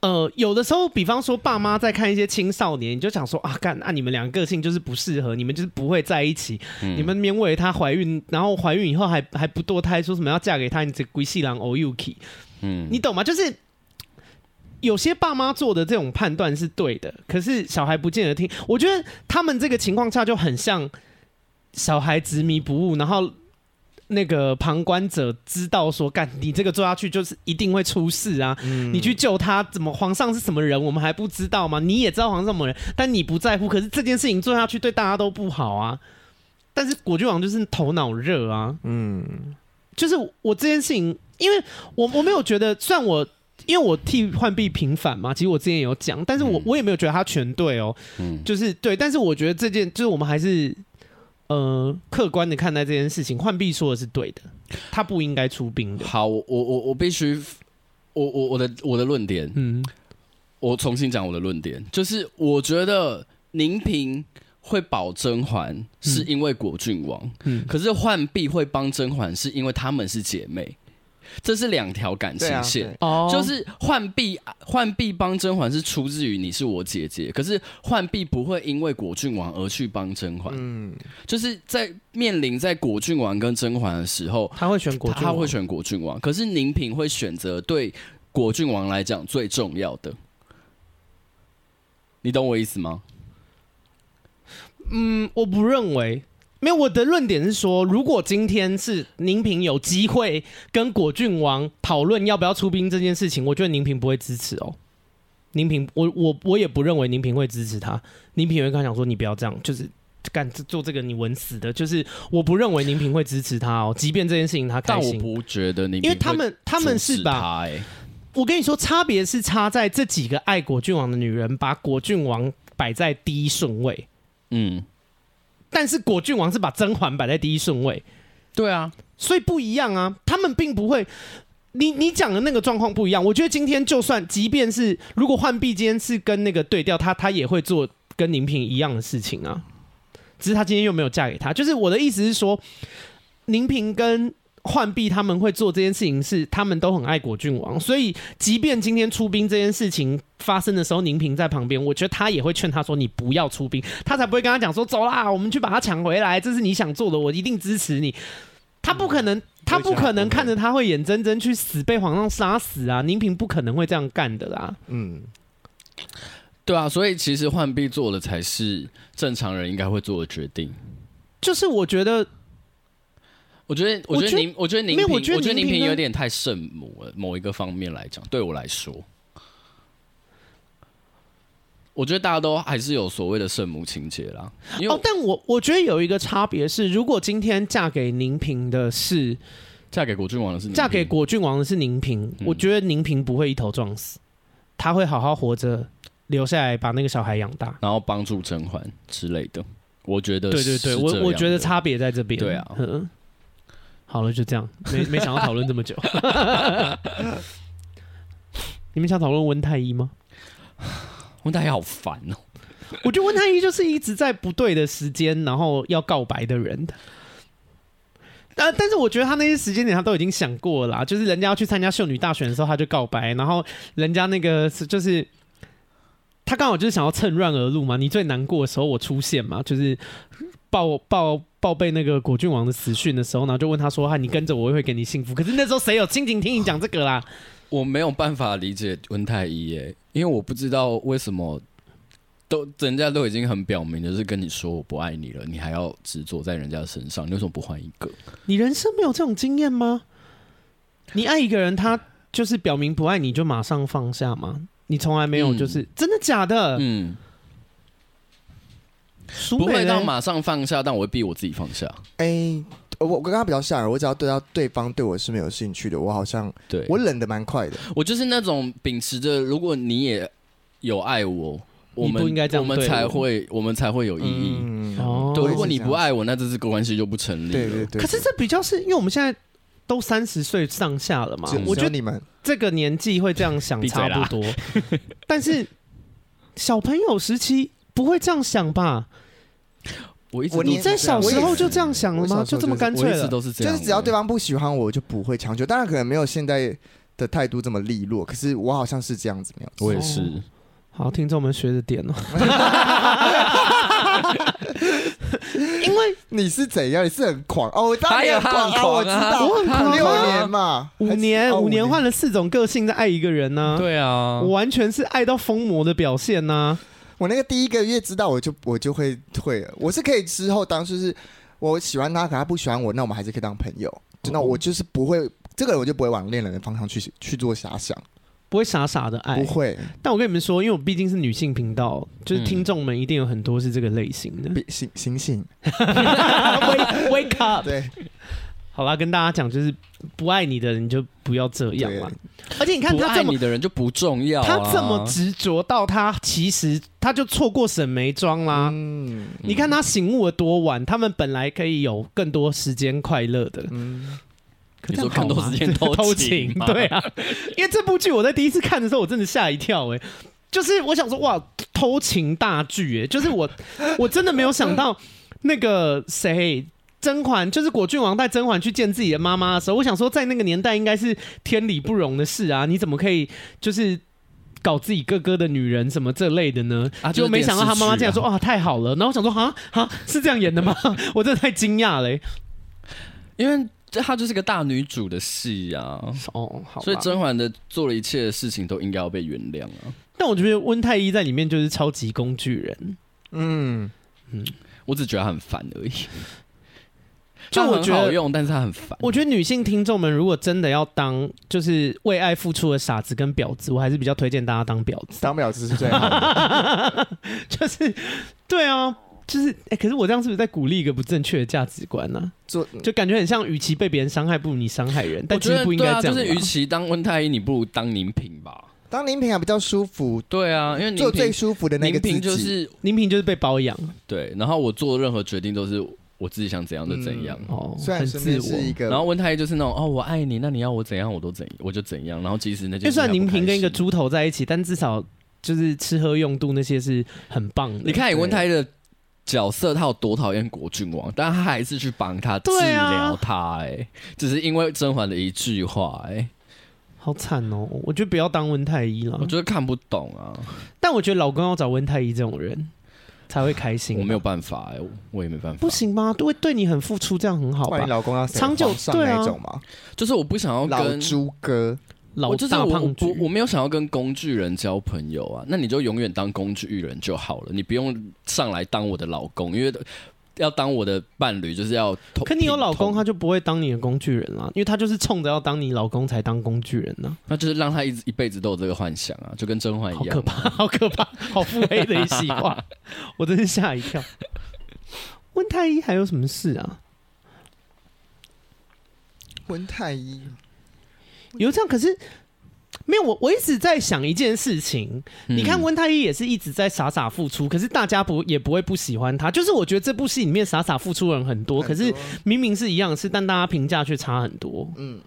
呃，有的时候，比方说爸妈在看一些青少年，你就想说啊，干，啊你们两个个性就是不适合，你们就是不会在一起，你们勉为她怀孕，然后怀孕以后还还不堕胎，说什么要嫁给他，你这鬼细狼 o u k
嗯
你懂吗？就是有些爸妈做的这种判断是对的，可是小孩不见得听。我觉得他们这个情况下就很像小孩执迷不悟，然后那个旁观者知道说，干你这个做下去就是一定会出事啊！
嗯
嗯
你去救他，怎么皇上是什么人，我们还不知道吗？你也知道皇上什么人，但你不在乎。可是这件事情做下去对大家都不好啊！但是果郡王就是头脑热啊，
嗯，
就是我这件事情，因为我我没有觉得，虽然我因为我替浣碧平反嘛，其实我之前也有讲，但是我、
嗯
我也没有觉得他全对哦，
嗯
就是对，但是我觉得这件就是我们还是呃客观的看待这件事情，浣碧说的是对的，他不应该出兵的，
好，我我我我必须，我我我的我的论点，
嗯
我重新讲我的论点，就是我觉得宁嫔会保甄嬛是因为果郡王，
嗯
可是浣碧会帮甄嬛是因为她们是姐妹，这是两条感
对
情
啊，
线。
对
哦
就是浣碧，浣碧帮甄嬛是出自于你是我姐姐，可是浣碧不会因为果郡王而去帮甄嬛，
嗯，
就是在面临在果郡王跟甄嬛的时候，
他会选国君，
他会，选果郡王，可是宁嫔会选择对果郡王来讲最重要的。你懂我意思吗？
嗯，我不认为。没有，我的论点是说，如果今天是宁平有机会跟果郡王讨论要不要出兵这件事情，我觉得宁平不会支持哦。宁平，我我我也不认为宁平会支持他。宁平也会跟他讲说，你不要这样，就是干这做这个你稳死的。就是我不认为宁平会支持他哦，即便这件事情他
但
开
我
心，
不觉得宁嫔
因
会
为他们他们
阻
是
止
把
他欸
我跟你说，差别是差在这几个爱果郡王的女人把果郡王摆在第一顺位，
嗯，
但是果郡王是把甄嬛摆在第一顺位。
对啊，
所以不一样啊，他们并不会。你你讲的那个状况不一样，我觉得今天就算，即便是如果浣碧今天是跟那个对调，他他也会做跟宁嫔一样的事情啊，只是他今天又没有嫁给他。就是我的意思是说，宁嫔跟浣碧他们会做这件事情是，他们都很爱果郡王，所以即便今天出兵这件事情发生的时候，宁嫔在旁边，我觉得他也会劝他说：“你不要出兵。”他才不会跟他讲说：“走啦，我们去把他抢回来，这是你想做的，我一定支持你。”他不可能，他不可能看着他会眼睁睁去死，被皇上杀死啊！宁嫔不可能会这样干的啦。
嗯，
对啊，所以其实浣碧做的才是正常人应该会做的决定。
就是我觉得
我觉得，
我
我
觉
觉
得
得宁，我觉得宁
没有
嫔，
我
我
觉得
觉得
宁
宁
嫔
嫔
跟
有点太圣母了，某一个方面来讲，对我来说，我觉得大家都还是有所谓的圣母情节啦。因为
哦，但我我觉得有一个差别是，如果今天嫁给宁嫔的是
嫁给果郡王的是宁嫔
嫁给果郡王的是宁嫔，
嗯
我觉得宁嫔不会一头撞死，她会好好活着，留下来把那个小孩养大。
然后帮助甄嬛之类的。我觉得
对对
呃是
对，
这
我
样
我觉得
的，
差别在这边。
对啊
嗯，好了，就这样，没没想到讨论这么 久。你们想讨论温太医吗？
温太医好烦哦。
我觉得温太医就是一直在不对的时间，然后要告白的人。呃，但是我觉得他那些时间点他都已经想过了啦就是人家要去参加秀女大选的时候，他就告白，然后人家那个是就是他刚好就是想要趁乱而入嘛，你最难过的时候我出现嘛，就是报报报备那个果郡王的死讯的时候，然后就问他说：“哈、你跟着我，我会给你幸福。”可是那时候谁有心情听你讲这个啦？
我没有办法理解温太医耶，因为我不知道为什么都人家都已经很表明，就是跟你说我不爱你了，你还要执着在人家身上，你为什么不换一个？
你人生没有这种经验吗？你爱一个人，他就是表明不爱你就马上放下吗？你从来没有，
嗯
就是、真的假的？
嗯，
苏
不
呃美
会
人
到马上放下，但我会逼我自己放下。
哎、我我跟他比较像，我只要对到对方对我是没有兴趣的，我好像
对
我冷的蛮快的，
我就是那种秉持着，如果你也有爱我，我
你
们
不应该这样
我们
对我
才会我们才会有意义。
嗯，
哦
对，
我也
如果
是
你
这
不
样
爱我，那这次关系就不成立了。
对对对，
可是这比较是因为我们现在都三十岁上下了嘛
只，
我觉
只
得
有你们
这个年纪会这样想
闭嘴
差
啦
不多， 但是小朋友时期不会这样想吧？
我一直
我
都
你
年
在小时候
我也是
就这样想了
我
吗？
小时
就
候
这么
就是
干
我
脆
一直
了？
都是这
就
样，
是只要对方不喜欢我，就不会强求。当然，可能没有现在的态度这么利落，可是我好像是这样子，没有错。
我也是。
哦好，听众们学着 点哦。因为
你是怎样？你是很狂哦，我当然
他也
很狂
他很
我
狂
知
啊
道，
我很 狂啊
六年嘛，
五年，
还是哦
五年换了四种个性在爱一个人呢、
对啊，
我完全是爱到疯魔的表现呐、
我那个第一个月知道，我就我就会退了。我是可以之后当时是我喜欢他，可他不喜欢我，那我们还是可以当朋友。就那我就是不会，这个人我就不会往恋人的方向去去做遐想，
不会傻傻的爱
不。会。
但我跟你们说，因为我毕竟是女性频道，就是
嗯
听众们一定有很多是这个类型 的。
比醒醒醒，
wake, wake up！
对
好啦，跟大家讲，就是不爱你的人就不要这样
对
嘛。而且你看
不
他这
爱
么
你的人就不重要、啊。
他这么执着到他其实他就错过沈眉庄啦。
嗯
你看他醒悟的多晚，他们本来可以有更多时间快乐的。
嗯，
可
你
这
说
样好
更多
吗
时间偷
偷
情吗
对啊，因为这部剧我在第一次看的时候，我真的吓一跳哎、就是我想说哇，偷情大剧哎、就是我 我真的没有想到那个谁。甄嬛就是果郡王带甄嬛去见自己的妈妈的时候，我想说，在那个年代应该是天理不容的事啊！你怎么可以就是搞自己哥哥的女人什么这类的呢？
啊
结果没想到他妈妈竟然说：“
哦，
哇、太好了！”然后我想说：“哈哈，是这样演的吗？” 我真的太惊讶了欸、
因为这她就是个大女主的戏啊，
哦，好吧，
所以甄嬛的做了一切的事情都应该要被原谅啊。
但我觉得温太医在里面就是超级工具人，
嗯，
我只觉得她很烦而已，
就我
她
觉
很好
得，
用，但是她很烦。
我觉得女性听众们如果真的要当就是为爱付出的傻子跟婊子，我还是比较推荐大家当婊 子，
当不了这是最好的。
就是对啊。就是，哎、可是我这样是不是在鼓励一个不正确的价值观呢、
做
就感觉很像，与其被别人伤害，不如你伤害人。但
我
其
觉
实
得
不应该
对啊
这样吧、
就是与其当温太医，你不如当宁嫔吧。
当林平还比较舒服，
对啊，因为
做
宁
最
嫔
舒服的那个
宁
自己。
嫔就是
宁嫔就是被包养
对，然后我做任何决定都是我自己想怎样就怎样。
哦，
虽
很
然身
自
边是
我。
一个，
然后温太医就是那种哦，我爱你，那你要我怎样我都怎我就怎样。然后即使那
就
件事情
算宁
她不开
嫔跟一个
心
猪头在一起，但至少就是吃喝用度那些是很棒的。
你看以温太医的角色，他有多讨厌国郡王，但他还是去帮他治
对啊
疗他、哎、只是因为甄嬛的一句话、哎，
好惨哦！我觉得不要当温太医了
我，觉得看不懂啊，
但我觉得老公要找温太医这种人才会开心吧。
我没有办法、哎，我我也没办法，
不，行吗？对，对你很付出，这样很好
不然
吧
你？老公要谁
长久
皇上
对啊
那种嘛，
就是啊我不想要
老
跟。
猪哥，
老
我就是
大
我，
胖
我
橘，
我没有想要跟工具人交朋友啊，那你就永远当工具人就好了，你不用上来当我的老公，因为要当我的伴侣就是要同。
可你有老公，
平
他就不会当你的工具人啦，因为他就是冲着要当你老公才当工具人呢、
那就是让他一直一辈子都有这个幻想啊，就跟甄嬛一
好
样
可。怕，好可怕，好腹黑的一席 话，我真是吓一跳。温太医还有什么事啊？
温太医，
有这样可是没有我，我一直在想一件事情，你看
嗯
温太医也是一直在傻傻付出，可是大家不也不会不喜欢他。就是我觉得这部戏里面傻傻付出的人很多，可是明明是一样的事，但大家评价却差很多。
嗯，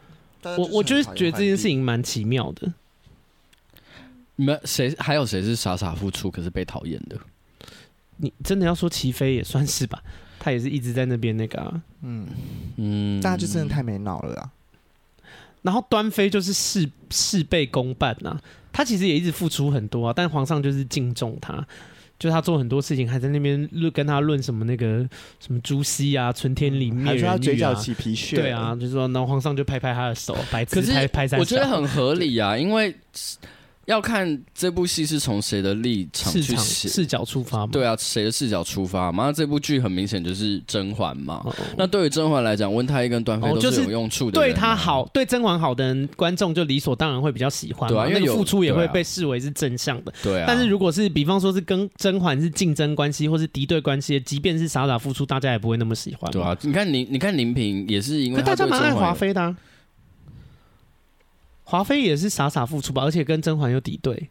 我我就是觉得这件事情蛮奇妙的。
你们谁还有谁是傻傻付出可是被讨厌的？
你真的要说齐飞也算是吧，他也是一直在那边那个、啊。
嗯，
嗯，
大家就真的太没脑了啊！
然后端妃就是事事倍功半呐、他其实也一直付出很多啊，但皇上就是敬重他，就他做很多事情，还在那边论跟他论什么那个什么朱熹啊、纯天理灭
嗯还说
人
他嘴
欲啊
角，起皮屑，
对啊，，就是说，然后皇上就拍拍他的手，白痴
可是
拍拍三下，
我觉得很合理啊，因为要看这部戏是从谁的立场
市
去
场
写，
视角出发嘛，
对啊，谁的视角出发嘛？那这部剧很明显就是甄嬛嘛。
哦，
那对于甄嬛来讲，温太医跟端妃
哦
都
就是
有用处的、啊
对他，好，对甄嬛好的人，观众就理所当然会比较喜欢嘛，
对啊因
那
为
个
有
付出也
对
会
啊
被视为是正向的。
对啊。
但是如果是比方说是跟甄嬛是竞争关系，或是敌对关系，即便是傻傻付出，大家也不会那么喜欢。
对啊，，你看宁，你看宁嫔也是因
可
为
大
她
家
对
蛮爱
甄嬛
华
有，
妃的、啊，华妃也是傻傻付出吧，而且跟甄嬛有敌对。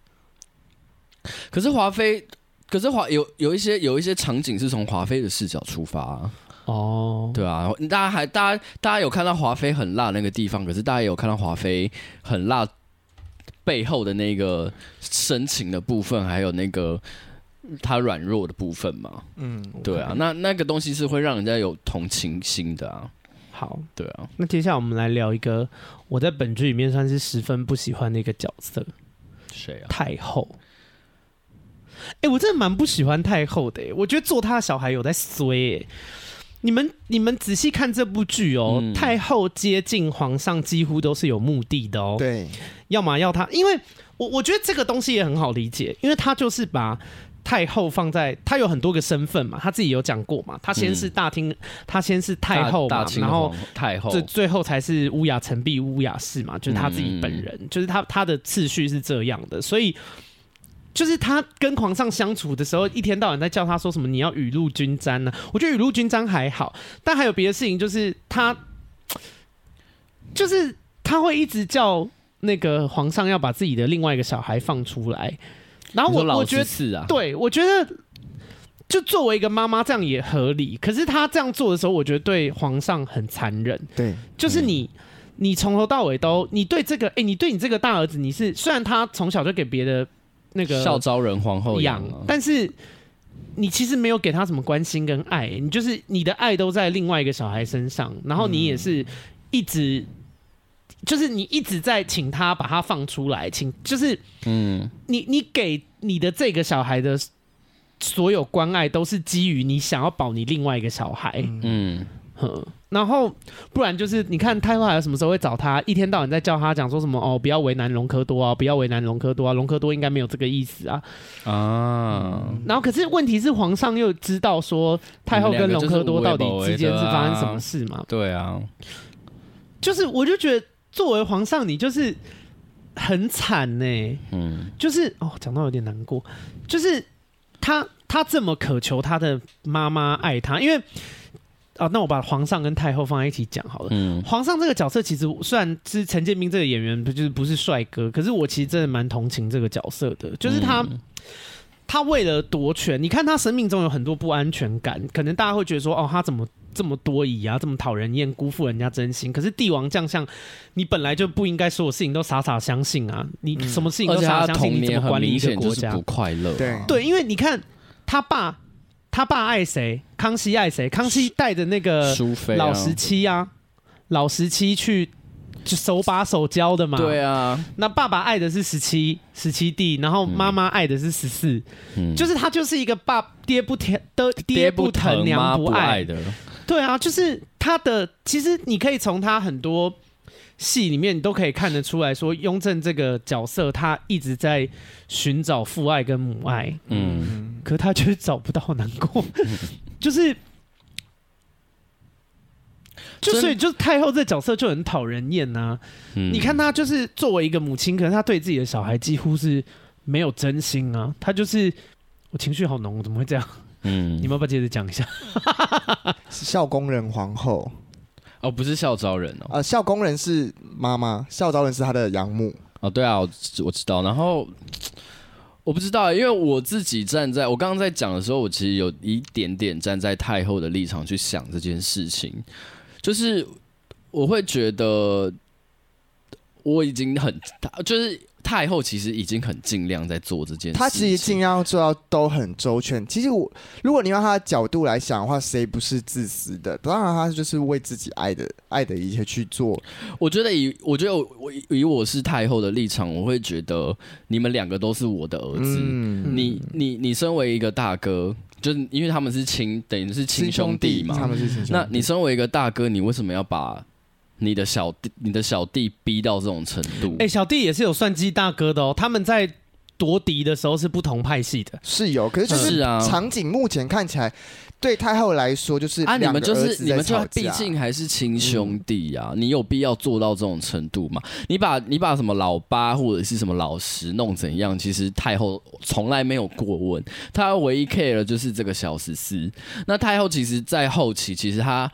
可是华妃，可是华有有一些有一些场景是从华妃的视角出发、啊。
哦，
对啊，大家还大家大家有看到华妃很辣那个地方，可是大家也有看到华妃很辣背后的那个深情的部分，还有那个她软弱的部分嘛？
嗯，
对啊，那那个东西是会让人家有同情心的啊。
好，
对啊，
那接下来我们来聊一个我在本剧里面算是十分不喜欢的一个角色
谁
——
啊？
太后。哎、我真的蛮不喜欢太后的、欸，我觉得做她的小孩有在衰、欸。你们你们仔细看这部剧哦、
嗯
太后接近皇上几乎都是有目的的哦、
对，
要么要他，因为我我觉得这个东西也很好理解，因为他就是把太后放在她有很多个身份嘛，她自己有讲过嘛，她先是大清，她先是太后
嗯大
嘛
大，清
然后
皇太后
最最后才是乌雅陈璧乌雅氏嘛，就是他自己本
嗯
人，就是他他的次序是这样的，所以就是他跟皇上相处的时候，一天到晚在叫他说什么你要雨露均沾呢、我觉得雨露均沾还好，但还有别的事情，就是他就是他会一直叫那个皇上要把自己的另外一个小孩放出来，然后
你说
我
老
我觉得
十四啊，
对，我觉得就作为一个妈妈，这样也合理。可是她这样做的时候，我觉得对皇上很残忍。
对，
嗯
就是你，你从头到尾都，你对这个，哎、你对你这个大儿子，你是虽然他从小就给别的那个
孝昭仁皇后
养
养啊，
但是你其实没有给他什么关心跟爱，你就是你的爱都在另外一个小孩身上，然后你也
嗯
是一直。就是你一直在请他把他放出来，请就是
嗯，
你你给你的这个小孩的所有关爱，都是基于你想要保你另外一个小孩。
嗯，
嗯，然后不然就是你看太后还有什么时候会找他，一天到晚在叫他讲说什么哦，不要为难隆科多啊，不要为难隆科多啊，隆科多应该没有这个意思啊。
啊，
然后可是问题是皇上又知道说太后跟隆科多到底之间是发生什么事嘛？
对啊，
就是我就觉得作为皇上，你就是很惨呢、
嗯，
就是哦，讲到有点难过，就是他他这么渴求他的妈妈爱他，因为啊，那我把皇上跟太后放在一起讲好了。
嗯，
皇上这个角色，其实虽然是陈建斌这个演员，不就是不是帅哥，可是我其实真的蛮同情这个角色的，就是他。
嗯
他为了夺权，你看他生命中有很多不安全感，可能大家会觉得说，哦，他怎么这么多疑啊，这么讨人厌，辜负人家真心。可是帝王将相，你本来就不应该所有事情都傻傻相信啊，你什么事情
而
都
且
傻傻
他的
相信，啊
童
你怎
年
么
很
管理
明
一个
显就
国
是
家
不？快乐啊，
对
对，因为你看他爸，他爸爱谁，康熙爱谁，康熙带着那个
淑妃啊
老十七啊，老十七去就手把手教的嘛。
对啊，
那爸爸爱的是十七十七弟，然后妈妈爱的是十四、
嗯
就是他就是一个爸爹不疼的爹不疼
妈
娘
不
爱。
的，
对啊，就是他的，其实你可以从他很多戏里面，你都可以看得出来说，雍正这个角色他一直在寻找父爱跟母爱。
嗯，
可他却找不到，难 过，就是，就
真
所以就是太后这角色就很讨人厌呐、
嗯
你看她就是作为一个母亲，可是她对自己的小孩几乎是没有真心啊，她就是。我情绪好浓，我怎么会这样？
嗯
你们要不要接着讲一下？
是孝恭仁皇后，
哦，不是孝昭仁哦，
呃，孝恭仁是妈妈，孝昭仁是她的养母。
哦，对啊，我知我知道。然后我不知道，欸因为我自己站在我刚刚在讲的时候，我其实有一点点站在太后的立场去想这件事情，就是我会觉得我已经很，就是太后其实已经很尽量在做这件事情，
他其实尽量做到都很周全。其实我，如果你用他的角度来想的话，谁不是自私的？当然，他就是为自己爱的爱的一切去做。
我觉得以我觉得我我以以我是太后的立场，我会觉得你们两个都是我的儿子，
嗯，
你你你身为一个大哥，就是因为他们是亲，等于是亲兄弟嘛，
他们是亲兄弟。
那你身为一个大哥，你为什么要把你的小弟、你的小弟逼到这种程度？
哎、小弟也是有算计大哥的哦。他们在夺嫡的时候是不同派系的，
是有，可是就是是
啊
场景目前看起来，对太后来说就是
啊，你
两个
们就
儿
是
子
你
在
们就
吵
毕
架
竟还是亲兄弟啊，你有必要做到这种程度吗？你把你把什么老八或者是什么老十弄怎样？其实太后从来没有过问，她唯一 care 的就是这个小十四。那太后其实，在后期其实她，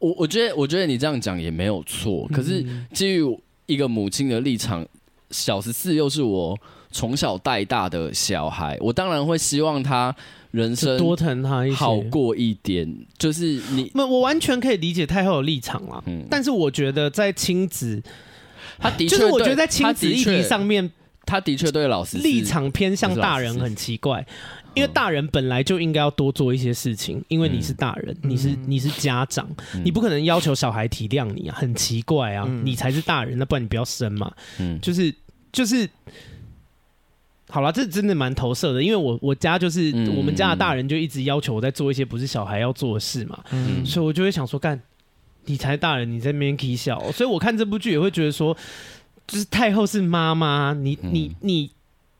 我我觉得我觉得你这样讲也没有错，
嗯
可是。基于一个母亲的立场，小十四又是我从小带大的小孩，我当然会希望他人
就
生
多疼他一些。
好过一点。就是你，
那我完全可以理解太后的立场啦，
嗯
但是我觉得在亲子
他的确
就
对，
是我觉得在亲子
他的
议题
确，
上面
他的确对老师
立场偏向大人很奇怪，
嗯
因为大人本来就应该要多做一些事情，因为你是大人，你是你是家长，
嗯
你不可能要求小孩体谅你啊，很奇怪啊，你才是大人，那不然你不要生嘛，
嗯
就是就是。好了，这真的蛮投射的，因为我我家就是、
嗯
我们家的大人就一直要求我在做一些不是小孩要做的事嘛，
嗯
所以我就会想说，干，你才大人，你在那边 k 笑哦、所以我看这部剧也会觉得说，就是太后是妈妈，你你你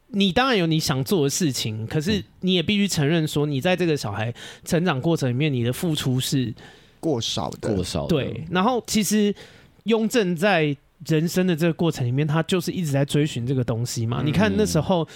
你当然有你想做的事情，可是你也必须承认说，你在这个小孩成长过程里面，你的付出是
过少的
过，少的
对。然后其实雍正在人生的这个过程里面，他就是一直在追寻这个东西
嗯
嘛。你看那时候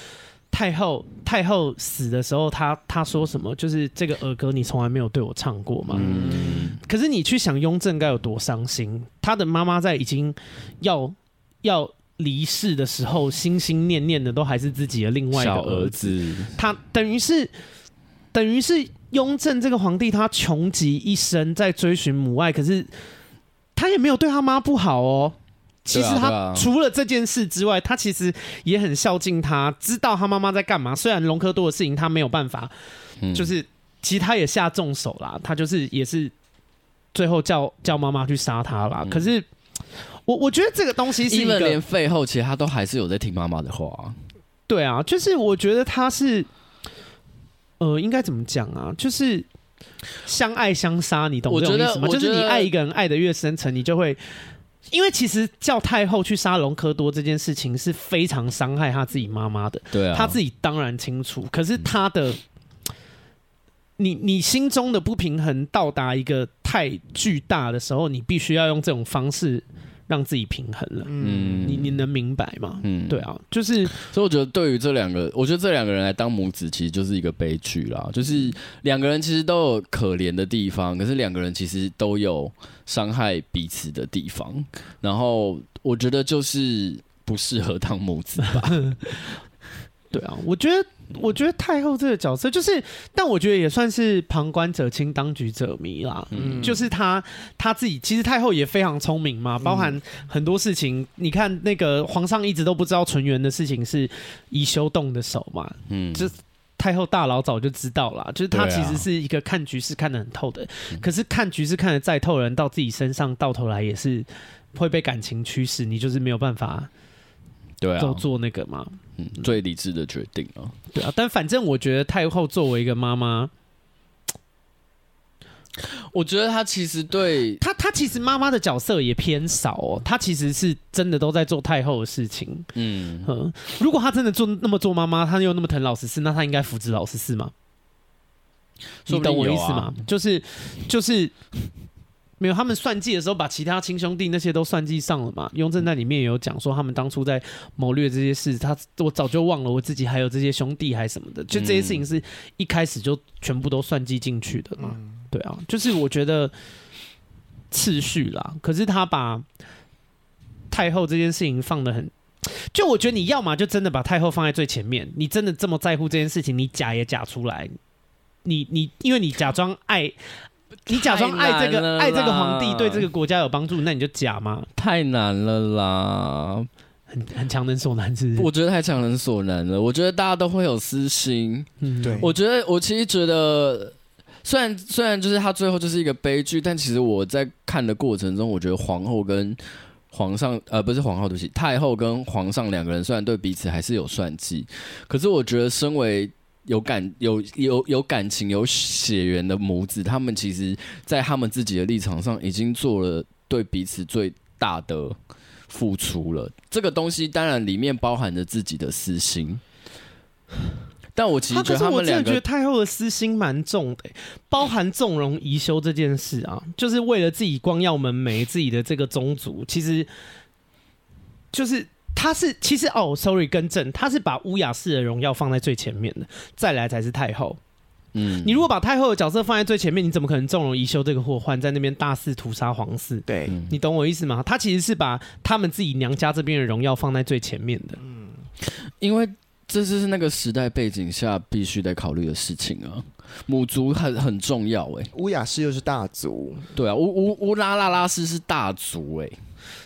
太后太后死的时候，他他说什么？就是这个儿歌你从来没有对我唱过嘛。
嗯，
可是你去想雍正该有多伤心，他的妈妈在已经要要离世的时候，心心念念的都还是自己的另外一个
小
儿
儿
子，
子，
他等于是等于是雍正这个皇帝，他穷极一生在追寻母爱，可是他也没有对他妈不好哦。其实
对啊对
他
啊
除了这件事之外，他其实也很孝敬他，知道他妈妈在干嘛。虽然隆科多的事情他没有办法
嗯
就是其实他也下重手啦，他就是也是最后叫叫妈妈去杀他啦。
嗯
可是我我觉得这个东西是一
even 连
个
废后，其实他都还是有在听妈妈的话。
对啊，就是我觉得他是呃，应该怎么讲啊？就是相爱相杀，你懂
我
这种
觉
意
得
思吗？
我
就是
觉
你
得
爱一个人爱的越深沉，你就会。因为其实叫太后去杀隆科多这件事情是非常伤害他自己妈妈的，
对啊，嗯
他自己当然清楚，可是他的，你你心中的不平衡到达一个太巨大的时候，你必须要用这种方式让自己平衡了。
嗯
你你能明白吗？
嗯
对啊，就是
所以我觉得对于这两个，我觉得这两个人来当母子，其实就是一个悲剧啦。就是两个人其实都有可怜的地方，可是两个人其实都有伤害彼此的地方。然后我觉得就是不适合当母 子吧。
对啊，我觉得我觉得太后这个角色就是，但我觉得也算是旁观者清，当局者迷啦。
嗯
就是他他自己，其实太后也非常聪明
嗯
嘛，包含很多事情。你看那个皇上一直都不知道纯元的事情是宜修动的手嘛，
嗯，
这太后大佬早就知道了，就是他
对
其
啊
实是一个看局势看得很透的，可是看局势看得再透的人，到自己身上到头来也是会被感情驱使，你就是没有办法
对
都
啊，
做那个嘛，
嗯，最理智的决定啊。
对啊。但反正我觉得太后作为一个妈妈，
我觉得他其实对
她她其实妈妈的角色也偏少哦，她其实是真的都在做太后的事情。
嗯
嗯，如果她真的做那么做妈妈，她又那么疼老十四，那她应该扶植老十四吗？你
说不定
懂我意
有
思
啊
吗？就是就是没有他们算计的时候，把其他亲兄弟那些都算计上了嘛。雍正在里面也有讲说，他们当初在谋略这些事，他我早就忘了我自己还有这些兄弟还什么的，就这些事情是一开始就全部都算计进去的嘛。
嗯
对啊，就是我觉得次序啦，可是他把太后这件事情放的很。就我觉得你要嘛就真的把太后放在最前面，你真的这么在乎这件事情，你假也假出来，你你因为你假装爱，你假装爱这
太难了
个
啦
爱这个皇帝对这个国家有帮助，那你就假嘛，
太难了啦，
很很强人所难是不是？
我觉得太强人所难了。我觉得大家都会有私心，
嗯
对
我觉得，我其实觉得，虽然虽然就是他最后就是一个悲剧，但其实我在看的过程中，我觉得皇后跟皇上，呃，不是皇后，对不起，太后跟皇上两个人虽然对彼此还是有算计，可是我觉得身为有感有有有感情有血缘的母子，他们其实在他们自己的立场上已经做了对彼此最大的付出了。这个东西当然里面包含着自己的私心，但我其实
他
觉
啊可
得
是
他
我
们
真
两
的
个
觉得太后的私心蛮重的欸、包含纵容宜修这件事啊，就是为了自己光耀门楣，自己的这个宗族，其实就是他是其实哦，sorry，更正，他是把乌雅氏的荣耀放在最前面的，再来才是太后。
嗯
你如果把太后的角色放在最前面，你怎么可能纵容宜修这个祸患在那边大肆屠杀皇室？
对，
嗯
你懂我意思吗？他其实是把他们自己娘家这边的荣耀放在最前面的。
因为这就是那个时代背景下必须得考虑的事情啊。母族很很重要哎、
乌雅氏又是大族，
对啊，乌乌乌拉拉拉斯是大族哎、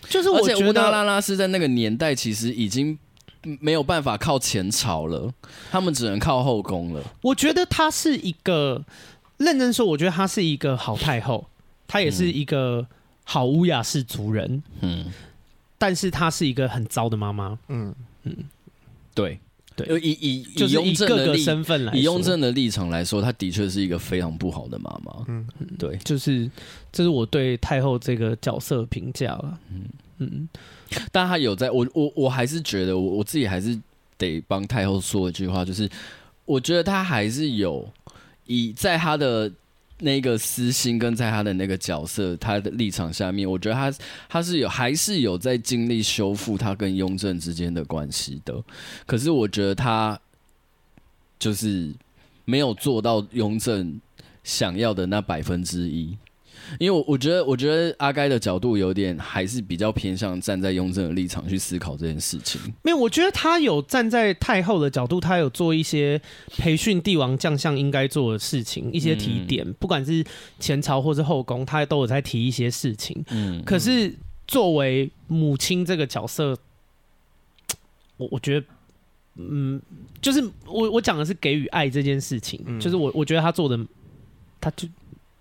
就是
而
我
且乌
觉
拉
得，
拉拉斯在那个年代其实已经没有办法靠前朝了，他们只能靠后宫了。
我觉得她是一个认真说，我觉得她是一个好太后，她也是一个好乌雅氏族人，
嗯，
但是她是一个很糟的妈妈，
嗯，
对
对
呃以以
就
以
是
雍
以
正
各
的
个
立
身份来说，
以雍正的立场来说，她的确是一个非常不好的妈妈。
嗯
嗯，对。
就是这是我对太后这个角色的评价了。嗯嗯，
但他有在我我我还是觉得我我自己还是得帮太后说一句话，就是我觉得他还是有以在他的那个私心跟在他的那个角色他的立场下面，我觉得他他是有还是有在尽力修复他跟雍正之间的关系的。可是我觉得他就是没有做到雍正想要的那百分之一。因为我我觉得，我觉得阿该的角度有点还是比较偏向站在雍正的立场去思考这件事情。
没有，我觉得他有站在太后的角度，他有做一些培训帝王将相应该做的事情，一些
嗯
提点，不管是前朝或是后宫，他都有在提一些事情。
嗯，
可是作为母亲这个角色，我我觉得，嗯，就是我我讲的是给予爱这件事情，
嗯
就是我我觉得他做的，他就。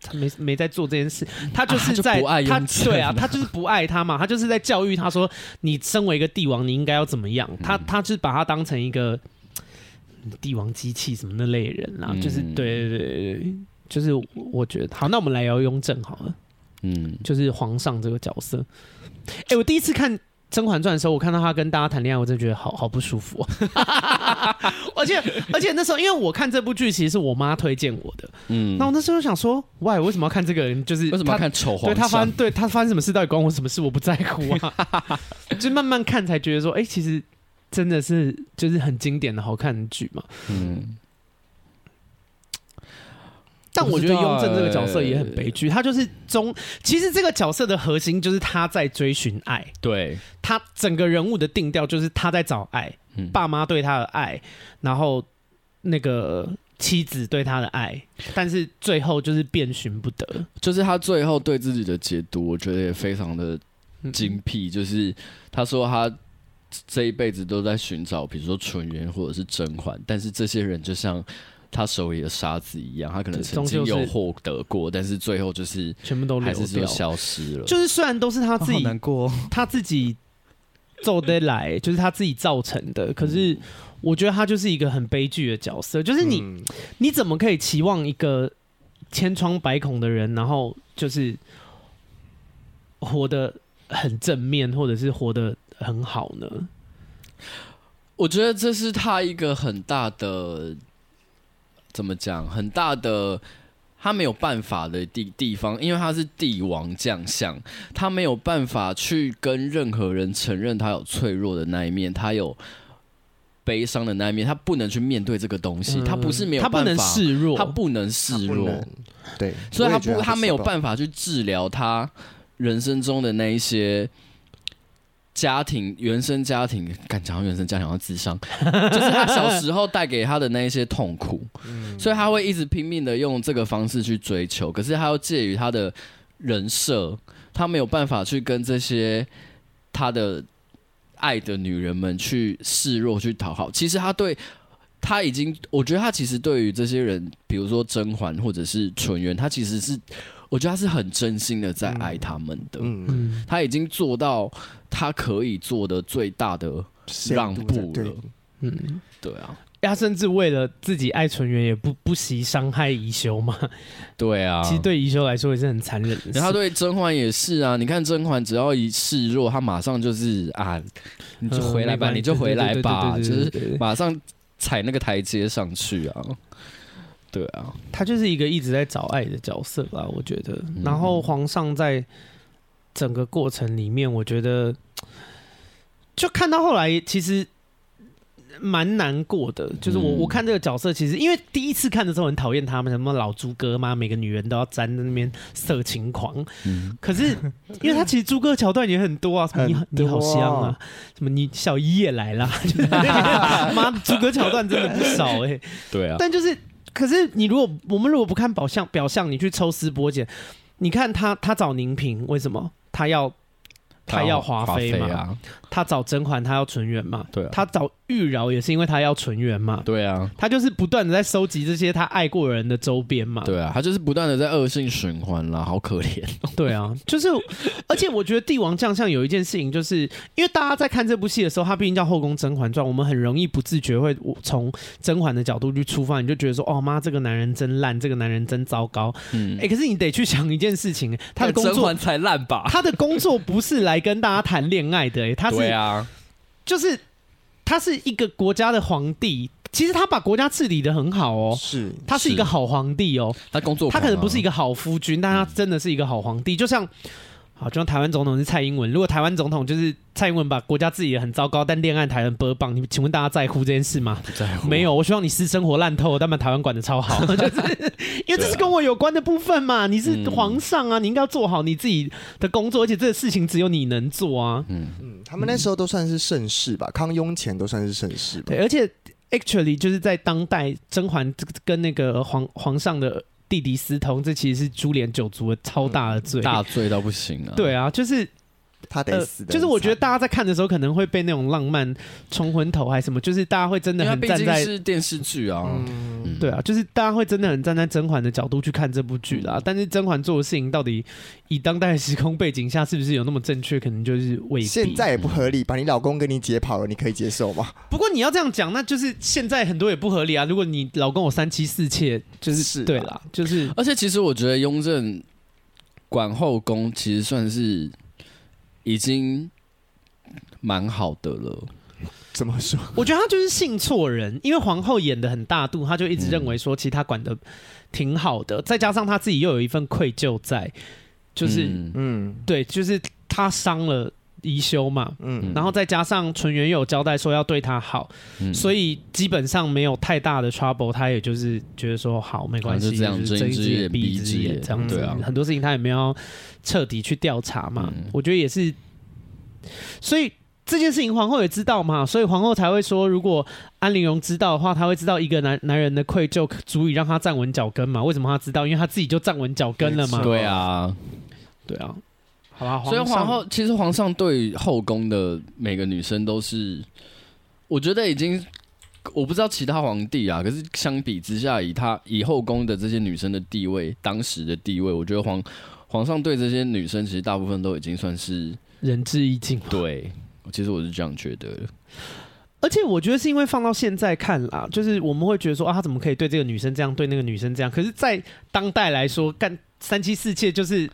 他没没在做这件事，他就
啊他
是
就
在、
不爱雍
他
正
对啊，
啊
他就是不爱他嘛，他就是在教育他说，你身为一个帝王，你应该要怎么样？
嗯
他他就是把他当成一个嗯帝王机器什么那类人啦、
嗯
就是对对对对，就是我我觉得好，那我们来聊雍正好了。
嗯，
就是皇上这个角色。哎、我第一次看《甄嬛传》的时候，我看到他跟大家谈恋爱，我真的觉得好好不舒服、哦。 而且而且那时候，因为我看这部剧其实是我妈推荐我的，
嗯
那我那时候就想说，why 为什么要看这个人？就是
为什么要
他？
看
对
丑皇
他发
上
生？对他发生什么事，到底关我什么事？我不在乎啊。 就慢慢看才觉得说，哎、其实真的是就是很经典的好看的剧嘛。
嗯，
但我觉得
我
雍
不知道
正这个角色
欸
也很悲剧，他就是中，其实这个角色的核心就是他在追寻爱，
对，
他整个人物的定调就是他在找爱，
嗯
爸妈对他的爱，然后那个妻子对他的爱，但是最后就是遍寻不得。
就是他最后对自己的解读，我觉得也非常的精辟。就是他说他这一辈子都在寻找，比如说纯元或者是甄嬛，但是这些人就像他手里的沙子一样，他可能
对
曾经
终究
有
是
获得过，但是最后就是
全部都流
还是哦就
掉，
消失了。
就是虽然都是他自己，
过、
他自己做得来，就是他自己造成的，可是
嗯
我觉得他就是一个很悲剧的角色，就是你、
嗯
你怎么可以期望一个千疮百孔的人，然后就是活得很正面，或者是活得很好呢？
我觉得这是他一个很大的，怎么讲？很大的，他没有办法的地地方，因为他是帝王将相，他没有办法去跟任何人承认他有脆弱的那一面，他有悲伤的那一面，他不能去面对这个东西，他不是没有
他
办法，
不能示弱，
他不能示
嗯不
弱，
能对，
哦所以他
我也觉
不
得
他没有
是
办法去治疗他人生中的那一些家庭原生家庭，感讲到原生家庭好像智 商，就是他小时候带给他的那一些痛苦，
嗯
所以他会一直拼命的用这个方式去追求，可是他又介于他的人设，他没有办法去跟这些他的爱的女人们去示弱去讨好，其实他对他已经，我觉得他其实对于这些人，比如说甄嬛或者是纯元，他其实是，我觉得他是很真心的在爱他们的，
嗯，
嗯，
他已经做到他可以做的最大的
限
让
度
步
在对
了，
嗯，
对啊，
他甚至为了自己爱纯元，也不不惜伤害宜修嘛。
对啊，
其实对宜修来说也是很残忍的事。
然后他对甄嬛也是啊，你看甄嬛只要一示弱，他马上就是啊，你就
嗯
回来吧，
没关系
你就回来吧，就
对对对对对
是
对对对
马上踩那个台阶上去啊。对啊，
他就是一个一直在找爱的角色吧，我觉得。然后皇上在整个过程里面，我觉得就看到后来其实蛮难过的。就是我、
嗯
我看这个角色，其实因为第一次看的时候很讨厌他们，什么老猪哥嘛，每个女人都要沾在那边色情狂。
嗯，
可是因为他其实猪哥桥段也很多啊，什么你
很
你好
多
香啊，什么你小姨也来啦，就是妈猪哥桥段真的不少哎、
对啊，
但就是，可是你如果我们如果不看表象，表象你去抽丝剥茧，你看他他找宁嫔为什么？他要他要华妃嘛？
啊，
他找甄嬛，他要纯元嘛？
对啊
他找玉娆也是因为他要纯元嘛？
对啊，
他就是不断的在收集这些他爱过的人的周边嘛？
对啊，他就是不断的在恶性循环啦，好可怜。
对啊，就是，而且我觉得帝王将相有一件事情，就是因为大家在看这部戏的时候，它毕竟叫《后宫甄嬛传》，我们很容易不自觉会从甄嬛的角度去出发，你就觉得说，哦妈，这个男人真烂，这个男人真糟糕。
嗯
哎、，可是你得去想一件事 情， 他的工
甄
作
嬛，才烂吧？ 啊
他的工作不是来跟大家谈恋爱的、欸，他是、
对啊，
就是他是一个国家的皇帝，其实他把国家治理的很好哦，
是嗯
他是一个好皇帝哦，
他工作
他
狂啊
可能不是一个好夫君，但他
嗯
真的是一个好皇帝。就像，好，就像台湾总统是蔡英文，如果台湾总统就是蔡英文把国家治理的很糟糕，但恋爱台很波棒，你请问大家在乎这件事吗？
不在乎
没有，我希望你私生活烂透，但把台湾管的超 好，就是
啊
因为这是跟我有关的部分嘛。你是皇上啊，你应该要做好你自己的工作，而且这个事情只有你能做啊。
嗯他们那时候都算是盛世吧，康雍乾都算是盛世吧
对，。而且 actually 就是在当代，甄嬛跟那个皇皇上的弟弟私通，这其实是株连九族的超大的
嗯
罪。
大醉到不行啊。
对啊，就是
他得
呃
死，的、
就是我觉得大家在看的时候可能会被那种浪漫冲昏头，还是什么，就是大家会真
因
的
为它
很
毕
站
竟
在。
是电视剧啊，嗯
对啊，就是大家会真的很站在甄嬛的角度去看这部剧
嗯
啦。但是甄嬛做的事情到底以当代的时空背景下是不是有那么正确，可能就是未必。
现在也不合理，把你老公跟你解跑了，你可以接受吗？
不过你要这样讲，那就是现在很多也不合理啊。如果你老公有三妻四妾，就是
是啊
对啦，就是
而且其实我觉得雍正管后宫其实算是已经蛮好的了。
怎么说？
我觉得他就是信错人，因为皇后演的很大度，他就一直认为说，其实他管的挺好的，再加上他自己又有一份愧疚在，就是、
嗯
嗯
对，就是他伤了宜修嘛，
嗯，
然后再加上纯元又有交代说要对他好，
嗯
所以基本上没有太大的 trouble，他也就是觉得说好没关系，
反正就这样
就是
睁
睁
一只
只
眼
闭
闭一
一
只
只眼
眼
这样子，
对啊
很多事情他也没有要彻底去调查嘛，
嗯
我觉得也是，所以。这件事情皇后也知道嘛，所以皇后才会说，如果安陵容知道的话，她会知道一个男男人的愧疚足以让他站稳脚跟嘛。为什么她知道？因为她自己就站稳脚跟了嘛。
对啊，
对啊，好吧。
所以
嗯上
皇后其实皇上对后宫的每个女生都是，我觉得已经我不知道其他皇帝啊，可是相比之下，以他以后宫的这些女生的地位，当时的地位，我觉得皇皇上对这些女生其实大部分都已经算是
仁至义尽嘛。
对。其实我是这样觉得的，
而且我觉得是因为放到现在看啦，就是我们会觉得说啊，他怎么可以对这个女生这样，对那个女生这样？可是，在当代来说，干三妻四妾就是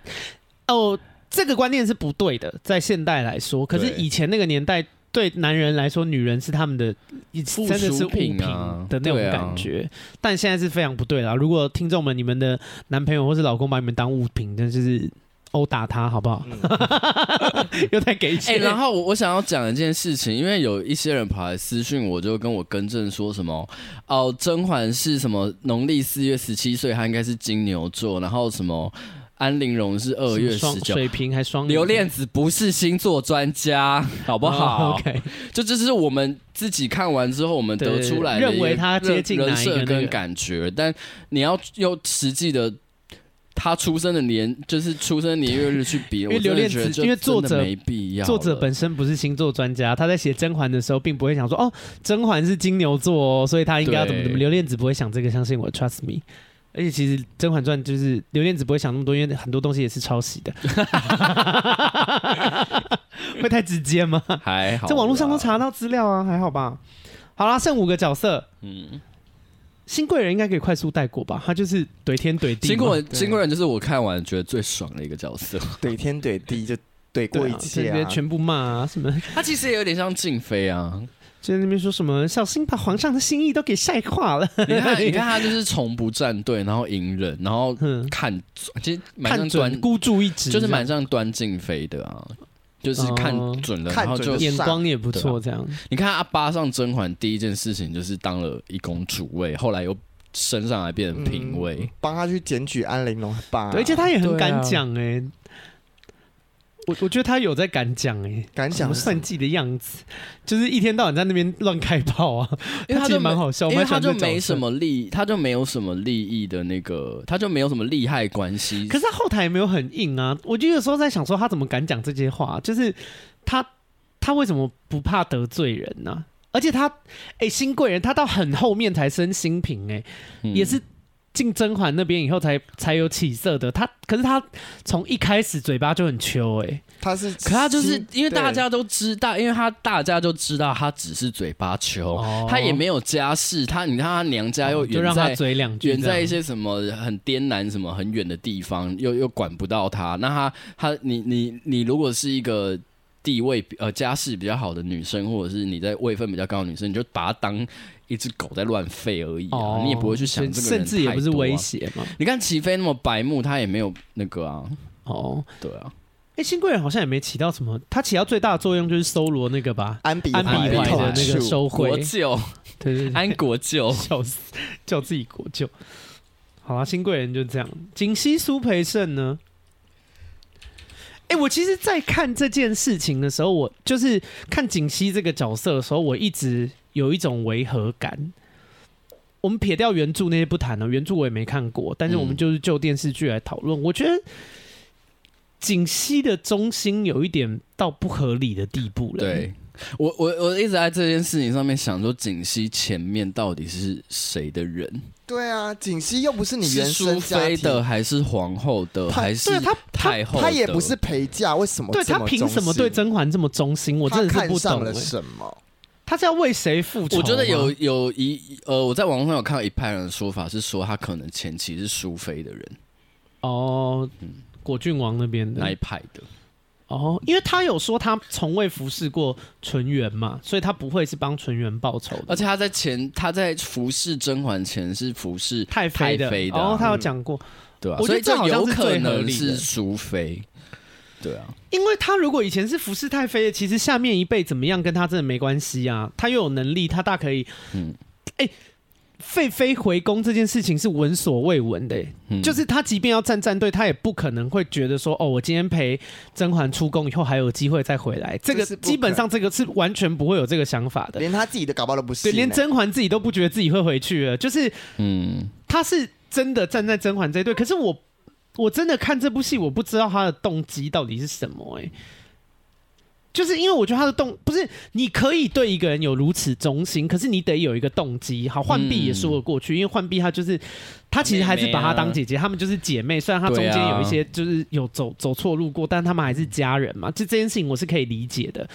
哦，这个观念是不对的。在现代来说，可是
对
以前那个年代，对男人来说，女人是他们的真
附
的是
属
物品
品啊
的那种
对啊
感觉。但现在是非常不对啦。如果听众们你们的男朋友或是老公把你们当物品，那就是殴打他好不好？ 又在给
哎、
钱，
然后我我想要讲一件事情，因为有一些人跑来私讯我，就跟我更正说什么哦，甄嬛是什么农历四月十七岁，她应该是金牛座，然后什么安陵容是二月
什么双
十九。
水瓶还双
刘恋子不是星座专家，好
哦
不好？
o k
就这是我们自己看完之后，我们得出来的
对认为
一个
他接近
人
哪一个
设
那
跟
个
感觉，但你要用实际的他出生的年，就是出生年月日去比，
为
我真的
刘恋
觉得
子
就
因为
真的
作者
没必要了，
作者本身不是星座专家，他在写甄嬛的时候，并不会想说哦，甄嬛是金牛座哦，所以他应该要怎么怎么。
对
刘恋子不会想这个，相信 我，trust me。而且其实《甄嬛传》就是刘恋子不会想那么多，因为很多东西也是抄袭 的。会太直接吗？
还好啦，
在网络上都查到资料啊，还好吧。好啦，剩五个角色，
嗯，
新贵人应该可以快速带过吧？他就是怼天怼地嘛，
新贵人，新贵人就是我看完觉得最爽的一个角色。
怼天怼地就怼过
对
一
啊，这
切
边
啊。
全部骂啊什么。
他其实也有点像静妃 啊，
就在那边说什么小心把皇上的心意都给晒化了。
你看，你看他就是从不站队，然后隐忍，然后
嗯
看，其实蛮
看
像
准
端，
孤注一掷，
就是蛮像端静妃的啊，就是看
哦
准了，
看
然后
这
就
样眼光也不错，这样。
你看他扒上甄嬛第一件事情就是当了一公主位，后来又升上来变成嫔位，
嗯帮他去检举安陵容，很棒啊、
对而且他也很
对啊
敢讲哎，我我觉得他有在敢讲哎，
敢
什
讲
么算计的样子，就是一天到晚在那边乱开炮啊，
因为
他
嗯他
其
就
实蛮好笑，我
因为
蛮喜
他
欢这
就
个角
没
色
什。么利，他就没有什么利益的那个，他就没有什么利害关系。
可是他后台也没有很硬啊，我就有时候在想说他怎么敢讲这些话，啊就是他他为什么不怕得罪人呢、而且他哎、新贵人他到很后面才升新嫔哎、
嗯
也是进甄嬛那边以后才才有起色的。他可是他从一开始嘴巴就很秋哎、
他是，
可他就是因为
对
大家都知道，因为他大家都知道他只是嘴巴球，
哦
他也没有家世，他你看他娘家又
就
远
让他
在
嘴两句
远
这样，
在一些什么很滇南什么很远的地方，又又管不到他。那他他你你你如果是一个地位比呃家世比较好的女生，或者是你在位分比较高的女生，你就把她当一只狗在乱吠而已啊，
哦，
你也不会去想这个人
甚至也不是
太多啊
威。胁嘛。
你看齐飞那么白目，他也没有那个啊，
哦，
对啊，
哎，新贵人好像也没起到什么，他起到最大的作用就是搜罗那个吧，
安比
安
比
怀
比坏
坏
的
的
那个收回
国，舅
对对对，
安国舅
笑死，叫自己国舅。好啦，新贵人就这样。锦溪苏培盛呢？哎、我其实，在看这件事情的时候，我就是看锦溪这个角色的时候，我一直有一种违和感。我们撇掉原著那些不谈了，原著我也没看过，但是我们
嗯
就是就电视剧来讨论。我觉得锦溪的中心有一点到不合理的地步了。
对。我我我一直在这件事情上面想说，景熙前面到底是谁的人？
对啊，锦溪又不是你原
是
生
淑
家
妃
庭
的，还是皇后的，
她
还是
对他，他
太后的？
她也不是陪嫁，为什么
对
这
他
么
凭什么
忠心
对甄嬛这么忠心？我真的
她
是
看
不
上
懂、
了
欸。
什么？
他是要为谁复仇吗？
我觉得有有一呃，我在网络上有看到一派人的说法是说，他可能前期是淑妃的人
哦，果郡王那边
那一
的
派的，
哦，因为他有说他从未服侍过纯元嘛，所以他不会是帮纯元报仇的，
而且他在前他在服侍甄嬛前是服侍
太妃
太
的。
妃的啊，
哦，他有讲过，
对啊，
我觉
所
得
以这
这好像
有
是
可
最合
能
理的
是淑妃，对啊，
因为他如果以前是服侍太妃的，其实下面一辈怎么样跟他真的没关系啊，他又有能力，他大可以，嗯
嗯，
哎、废妃回宫这件事情是闻所未闻的、欸
嗯
就是他即便要站战队，他也不可能会觉得说，哦，我今天陪甄嬛出宫以后还有机会再回来，这个
这是不可能
基本上这个是完全不会有这个想法的。
连她自己的搞不好都不信
对，
欸，
连甄嬛自己都不觉得自己会回去了，就是
嗯，
他是真的站在甄嬛这一队，可是我我真的看这部戏，我不知道他的动机到底是什么、欸，就是因为我觉得他的动不是你可以对一个人有如此忠心，可是你得有一个动机。好，浣碧也说得过去，因为浣碧她就是她其实还是把她当姐姐，她们就是姐妹。虽然她中间
对啊
有一些就是有走走错路过，但她们还是家人嘛。就这件事情我是可以理解的。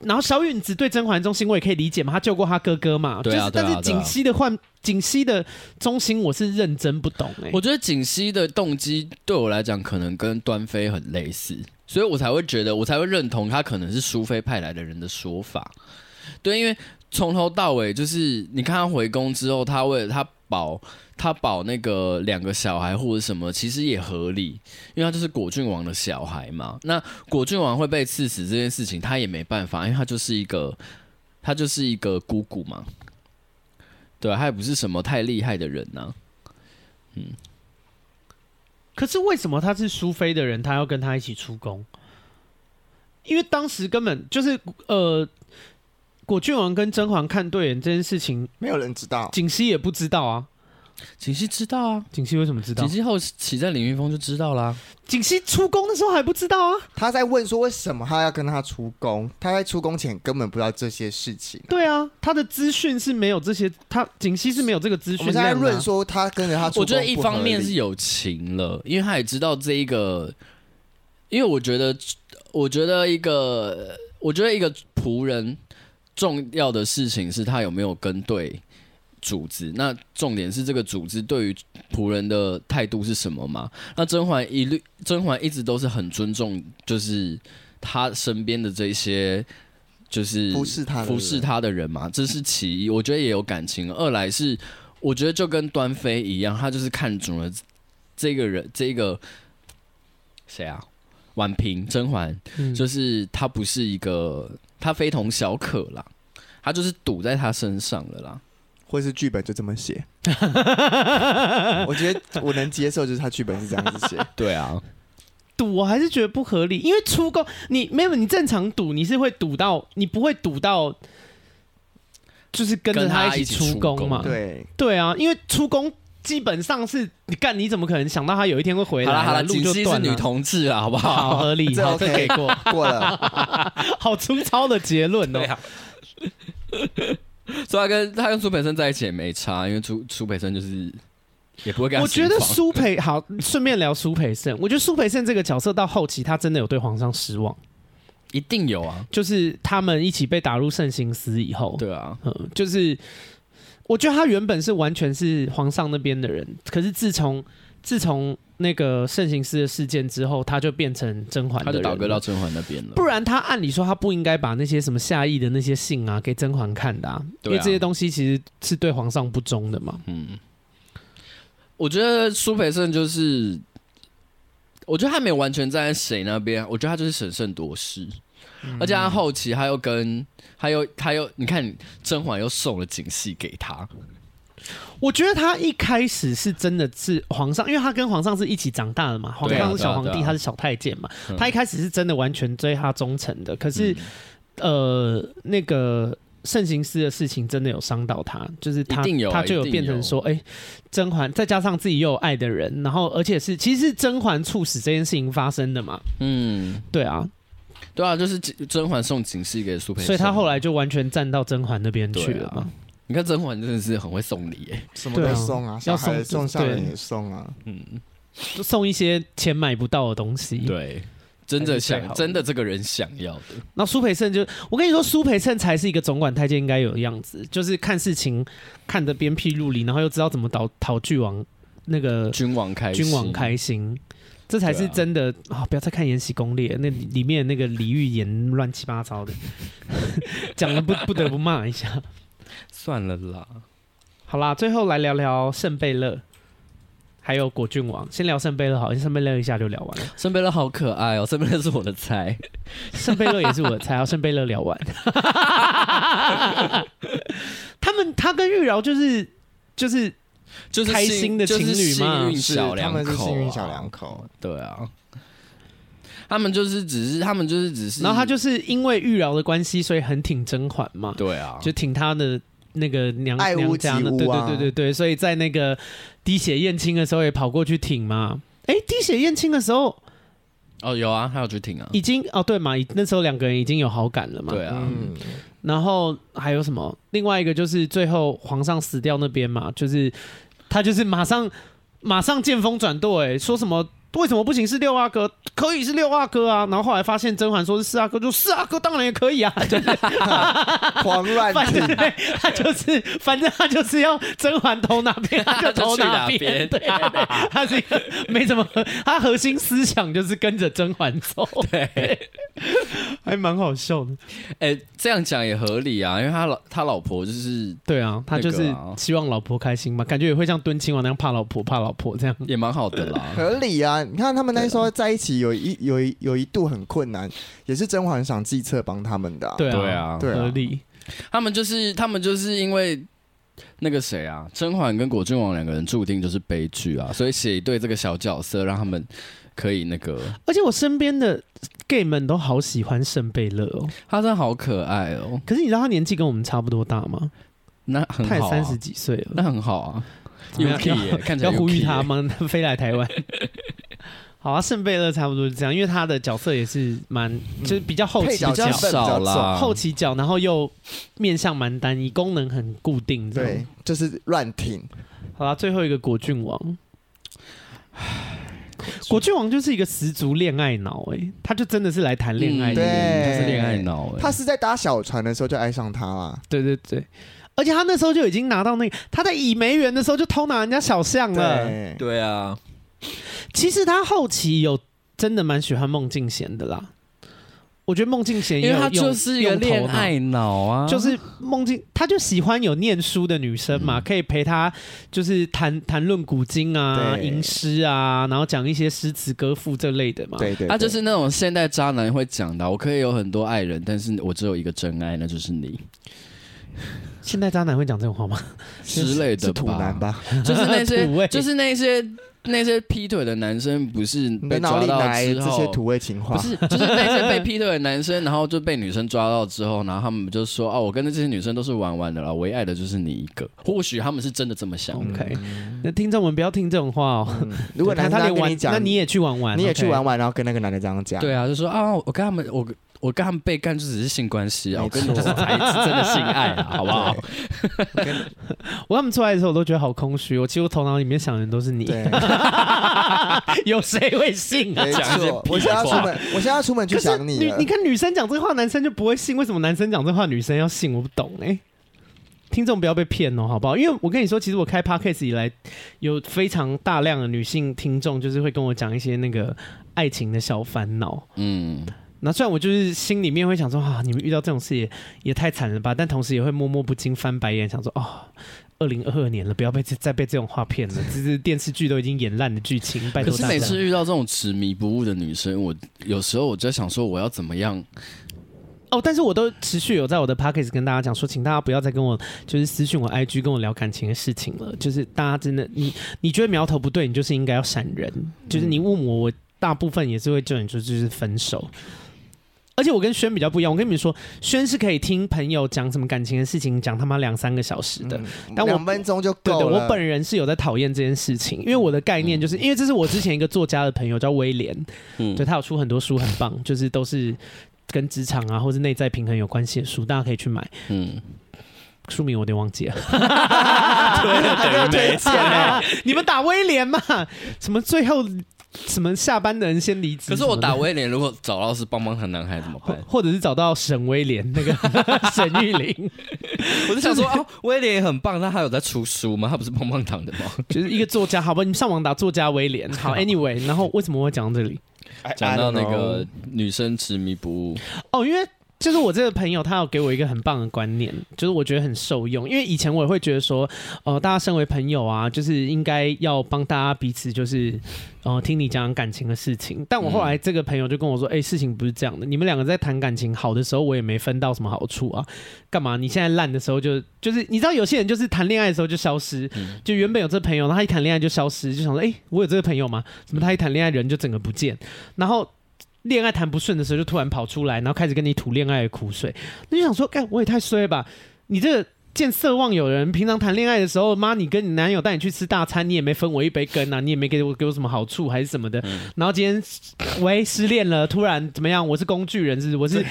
然后小允子对甄嬛忠心，我也可以理解嘛，她救过她哥哥嘛。
对啊
就是，但
对
是
啊对啊
锦溪的浣锦溪的忠心，我是认真不懂哎、
我觉得景熙的动机对我来讲可能跟端妃很类似，所以我才会觉得我才会认同他可能是淑妃派来的人的说法。对，因为从头到尾就是你看他回宫之后，他为了他保他保那个两个小孩或者什么，其实也合理，因为他就是果郡王的小孩嘛。那果郡王会被刺死这件事情，他也没办法，因为他就是一个他就是一个姑姑嘛。对啊，他也不是什么太厉害的人啊呐、
可是为什么他是苏菲的人，他要跟他一起出宫？因为当时根本就是呃，果郡王跟甄嬛看对眼这件事情，
没有人知道。
锦溪也不知道啊。
景熙知道啊，
锦溪为什么知道
几？季后骑在林云峰就知道啦。
锦溪出宫的时候还不知道啊。
她在问说为什么她要跟他出宫？她在出宫前根本不知道这些事情。
对啊，他的资讯是没有这些，他锦溪是没有这个资
我
讯
们现
量的啊。
在论说她跟着他出宫
我
不合
觉
理，
得一方面是有情了，因为他也知道这一个，因为我觉得，我觉得一个，我觉得一个仆人重要的事情是他有没有跟对组织。那重点是这个组织对于仆人的态度是什么嘛？那甄嬛一律，甄嬛一直都是很尊重，就是她身边的这些。就是
服侍她的人
服侍她的人嘛，这是其一。我觉得也有感情。二来是，我觉得就跟端妃一样，她就是看准了这个人，这个谁啊？婉嫔、甄嬛，
嗯
就是她不是一个，她非同小可啦，她就是赌在她身上了啦。
或是剧本就这 么写。我觉得我能接受，就是他剧本是这样子 写。
对啊，
赌我还是觉得不合理，因为出宫你没有你正常赌，你是会赌到你不会赌到，就是跟着
跟他
他一
一
起
起
出
出
宫
宫
嘛。
对，
对啊，因为出宫基本上是你干，你怎么可能想到他有一天会回
好
来？
啦好啦，
路
锦
就
溪是
断了。
女同志啊啦，好不
好
好？
合理，
这
好
OK
这给过，
过了。
好粗糙的结 论哦。
对啊。 所以她跟她跟苏培盛在一起也没差，因为苏苏培盛就是也不会跟她
我觉得
心慌
苏培好，顺便聊苏培盛。我觉得苏培盛这个角色到后期，他真的有对皇上失望，
一定有啊，
就是他们一起被打入慎刑司以后，
对啊，
嗯，就是我觉得他原本是完全是皇上那边的人，可是自从自从那个慎刑司的事件之后，他就变成甄嬛的
他就
人
倒戈
了
到甄嬛那边了。
不然他按理说他不应该把那些什么下邑的那些信啊给甄嬛看的、啊，因
对啊
为这些东西其实是对皇上不忠的嘛。
嗯，我觉得苏培盛就是，我觉得他没有完全站在谁那边，我觉得他就是审慎夺事，
嗯
而且他后期他又跟他又他又，你看甄嬛又送了锦戏给他，
我觉得他一开始是真的是皇上，因为他跟皇上是一起长大的嘛，皇
对啊
上是
对啊
小皇帝，
对啊
他是小太监嘛，
嗯
他一开始是真的完全对他忠诚的，可是、呃那个。慎刑司的事情真的有伤到他，就是他
一定有啊
他就有
一定
变成
有
说，哎、甄嬛再加上自己又有爱的人，然后而且是其实是甄嬛促使这件事情发生的嘛，
嗯，
对啊，
对啊，就是锦甄嬛送锦戏给苏培盛，
所以他后来就完全站到甄嬛那边去了嘛。
你看甄嬛真的是很会送礼耶，嗯
什么都送啊，
对啊
小孩
要
也
送
送上人
对
也送啊，
就送一些钱买不到的东西。，
对。真的
还是最
想，
好的
真的这个人想要的，
那苏培盛就，我跟你说，苏培盛才是一个总管太监应该有的样子，就是看事情看得鞭辟入里，然后又知道怎么讨讨郡王那个
君王开心，
君王开心。这才是
对啊
真的啊、不要再看《延禧攻略》，那里面那个李玉言乱七八糟的， 讲了不不得不骂一下。
算了啦，
好啦，最后来聊聊圣贝勒，还有果郡王。先聊圣贝勒好了，因为圣贝勒一下就聊完了。
圣贝勒好可爱哦，圣 贝勒是我的 菜，
圣贝勒也是我的菜，要圣贝勒聊 完。他们他跟玉娆就是就是
就是
开心的情侣嘛
就是幸运小
他
两口、啊
们是幸运小两，口，
对啊，他们就是只是他们就是只是，
然后他就是因为玉娆的关系，所以很挺甄嬛嘛，
对啊，
就挺她的那个娘
爱屋
娘家呢，
及
对
乌啊
对对对对，所以在那个滴血验亲的时候也跑过去挺嘛。哎，滴血验亲的时候
哦有啊，他有去挺啊，
已经哦对嘛，那时候两个人已经有好感了嘛。
对啊，
嗯，
然后还有什么？另外一个就是最后皇上死掉那边嘛，就是他就是马上马上见风转舵、哎，说什么为什么不行是六阿哥，可以是六阿哥啊？然后后来发现甄嬛说是四阿哥，就四阿哥当然也可 以啊，就是
狂 乱
反正
挺，
对他就是反正他就是要甄嬛投哪边 他就投哪
他就
边，
去哪边
对对对，他是一个没什么，他核心思想就是跟着甄嬛走，对，还蛮好笑的。
哎、这样讲也合理啊，因为他老他老婆就是
对啊，他就是
那个啊
希望老婆开心嘛，感觉也会像蹲亲王那样怕老婆，怕老婆这样。
也蛮好的啦，
合理啊！你看他们那时候在一起有一有一有一度很困难，也是甄嬛想计策帮他们的、啊。
对啊，
对啊，
对啊
合理。
他们就是他们就是因为。那个谁啊，甄嬛跟果郡王两个人注定就是悲剧啊，所以写一对这个小角色，让他们可以那个，
而且我身边的 gay 们都好喜欢圣贝勒哦，
他真的好可爱哦，
可是你知道他年纪跟我们差不多大吗？
那很
他也
好、啊，
三十几岁了
那，很好啊
怎么样
，Yuki 耶看起来
要呼吁
Yuki
他
耶？
吗？飞来台 湾。好啊，圣贝勒差不多是这样，因为他的角色也是
嗯
蛮，就是比较后
配
期
角
角
比较
成分比较
少
重
啦
后期角，然后又面向蛮单一，功能很固定。这样
对，，就是乱挺。
好啦，最后一个果郡王。果郡王就是一个十足恋爱脑哎、他就真的是来谈恋爱
嗯
的人，
对
他是恋爱脑哎，
欸
他是在搭小船的时候就爱上他啦，
对对对，而且他那时候就已经拿到那个，他在以梅园的时候就偷拿人家小象了。
对，
对啊，
其实他后期有真的蛮喜欢孟静娴的啦，我觉得孟静娴也
因为
有
他
用
就是一个
用头
恋
脑
爱脑啊，
就是梦境，他就喜欢有念书的女生嘛，可以陪他就是谈谈论古今啊、
对
吟诗啊，然后讲一些诗词歌赋这类的嘛。
对对，
他就是那种现代渣男会讲的，我可以有很多爱人，但是我只有一个真爱，那就是你
现在渣男会讲这种话吗？
之类
是
的
土男吧？
就是那
土味
些，就是那些那些劈腿的男生，不是
你的
被
脑
抓
里
到
哪来
之
这
后
些，土味情话？
不是，就是那些被劈腿的男生，然后就被女生抓到之后，然后他们就说：“哦，我跟这些女生都是玩玩的啦，唯爱的就是你一个。”或许他们是真的这么想的。
OK，那听众们不要听这种话哦。
嗯如果
他
男
他
生
连
跟
玩
你，讲，
那你也去玩玩，
你也去
OK
玩。玩，然后跟那个男的这样讲，
对啊，就说啊，我跟他们，我我跟他们被干就只是性关系啊，
没
我
错
跟你就是才是真的性爱啊，好不好？
我跟他们出来的时候，我都觉得好空虚。哦我其实我头脑里面想的都是你，
对，
有谁会信啊
没？
讲一些
错。
屁
我现在要
话
出门，我现在要出门去
可是
想你啊
女
了，
你看女生讲这话，男生就不会信。为什么男生讲这话，女生要信？我不懂哎、听众不要被骗哦，好不好？因为我跟你说，其实我开 podcast 以来，有非常大量的女性听众，就是会跟我讲一些那个爱情的小烦恼。
嗯，
那虽然我就是心里面会想说啊，你们遇到这种事也也太惨了吧，但同时也会默默不禁翻白眼，想说哦，二零二二年了，不要被这再被这种话骗了，这是电视剧都已经演烂的剧情，拜
可
托
是
大
每
家。
次遇到这种执迷不悟的女生，我有时候我就在想说，我要怎么样？
哦，但是我都持续有在我的 p a c k a g e 跟大家讲说，请大家不要再跟我就是私讯我 IG 跟我聊感情的事情了。就是大家真的，你你觉得苗头不对，你就是应该要闪人。就是你问我，我大部分也是会叫你说就是分手。而且我跟轩比较不一样，我跟你们说，轩是可以听朋友讲什么感情的事情，讲他妈两三个小
嗯
时的。但我
两分钟就
对对，
嗯够了。嗯
我本人是有在讨厌这件事情，因为我的概念就是、因为这是我之前一个作家的朋友叫威廉，
嗯
对他有出很多书很棒， 就是都是跟职场啊或是内在平衡有关系的书，大家可以去买。
嗯，
书名我有点忘记了，
对，等于没钱啊
你们打威廉嘛？什么最后什么下班的人先离职？
可是我打
什么
威廉，如果找到是棒棒糖男孩怎么
的。
办
或？或者是找到沈威廉那个沈玉玲，
我就想说，哦，威廉也很棒，但他有在出书吗？他不是棒棒糖的吗？
就是一个作家，好吧？你们上网打作家威廉。好，anyway，然后为什么我会讲到这里？
I-
哎讲到
I don't
那
know
个女生执迷不 悟，
哦，因为就是我这个朋友，他有给我一个很棒的观念，就是我觉得很受用。因为以前我也会觉得说，呃，大家身为朋友啊，就是应该要帮大家彼此，就是呃，听你讲讲感情的事情。但我后来这个朋友就跟我说，哎、事情不是这样的，你们两个在谈感情好的时候，我也没分到什么好处啊，干嘛？你现在烂的时候就就是，你知道有些人就是谈恋爱的时候就消失，就原本有这朋友，然后他一谈恋爱就消失，就想说，哎、我有这个朋友吗？怎么他一谈恋爱人就整个不见，然后。恋爱谈不顺的时候，就突然跑出来，然后开始跟你吐恋爱的苦水。那就想说，干我也太衰了吧！你这个见色忘友的人，平常谈恋爱的时候，妈，你跟你男友带你去吃大餐，你也没分我一杯羹啊，你也没给我给我什么好处还是什么的。然后今天，喂，失恋了，突然怎么样？我是工具人，是不是？我是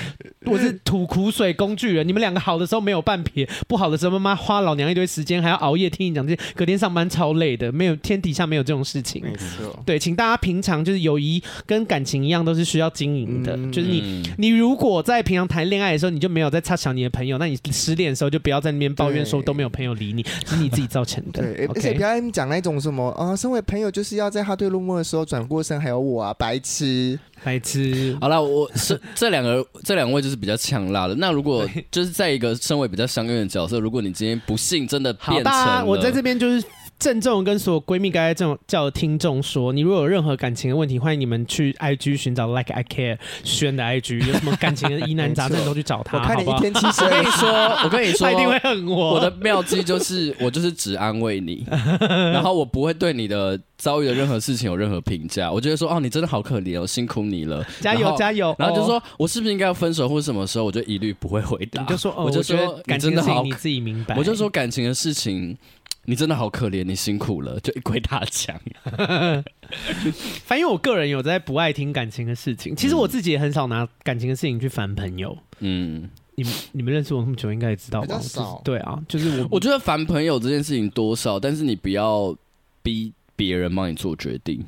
我是吐苦水工具人。你们两个好的时候没有半撇，不好的时候妈花老娘一堆时间，还要熬夜听你讲这些，隔天上班超累的。没有天底下没有这种事情。
没
嗯
错，
对，请大家平常就是友谊跟感情一样，都是需要经营的。
嗯
就是你，
嗯
你如果在平常谈恋爱的时候，你就没有在插小你的朋友，那你失恋的时候就不要在那边抱怨说
对
都没有朋友理你，是你自己造成的。
对，而
OK
且不要讲那种什么啊，身为朋友就是要在他对落寞的时候转过身，还有我啊，白痴。
白痴。
好了，我 是这两个这两位就是比较呛辣的。那如果就是在一个身为比较相应的角色，如果你今天不幸真的
好，
变成
大家，
了，
我在这边就是郑重跟所有闺蜜、该这种叫听众说，你如果有任何感情的问题，欢迎你们去 IG 寻找 Like I Care 轩的 IG，有什么感情的疑难杂症都去找他，
我看
好
你
不
一
好？
天七十
我跟
二
你 说，我跟你说，
他一定会恨我。
我的妙计就是，我就是只安慰 你，然后我不会对你的遭遇的任何事情有任何评价。我就会说，哦，你真的好可怜哦，辛苦你了，
加
然
油
后
加油！
然后就
哦
说、我是不是应该要分手，或者什么时候，我就一律不会回答。
你就说哦，
我就
觉
说
得感
你
情
真的
的事
好
情你自己明白。
我就说感情的事情，你真的好可怜，你辛苦了，就一归大 墙。
反正因为我个人有在不爱听感情的事情，其实我自己也很少拿感情的事情去烦朋友。
嗯，
你们你们认识我那么久，应该也知道吧？
比较
我就是
少
对啊，就是我
我觉得烦朋友这件事情多少，但是你不要逼别人帮你做决定。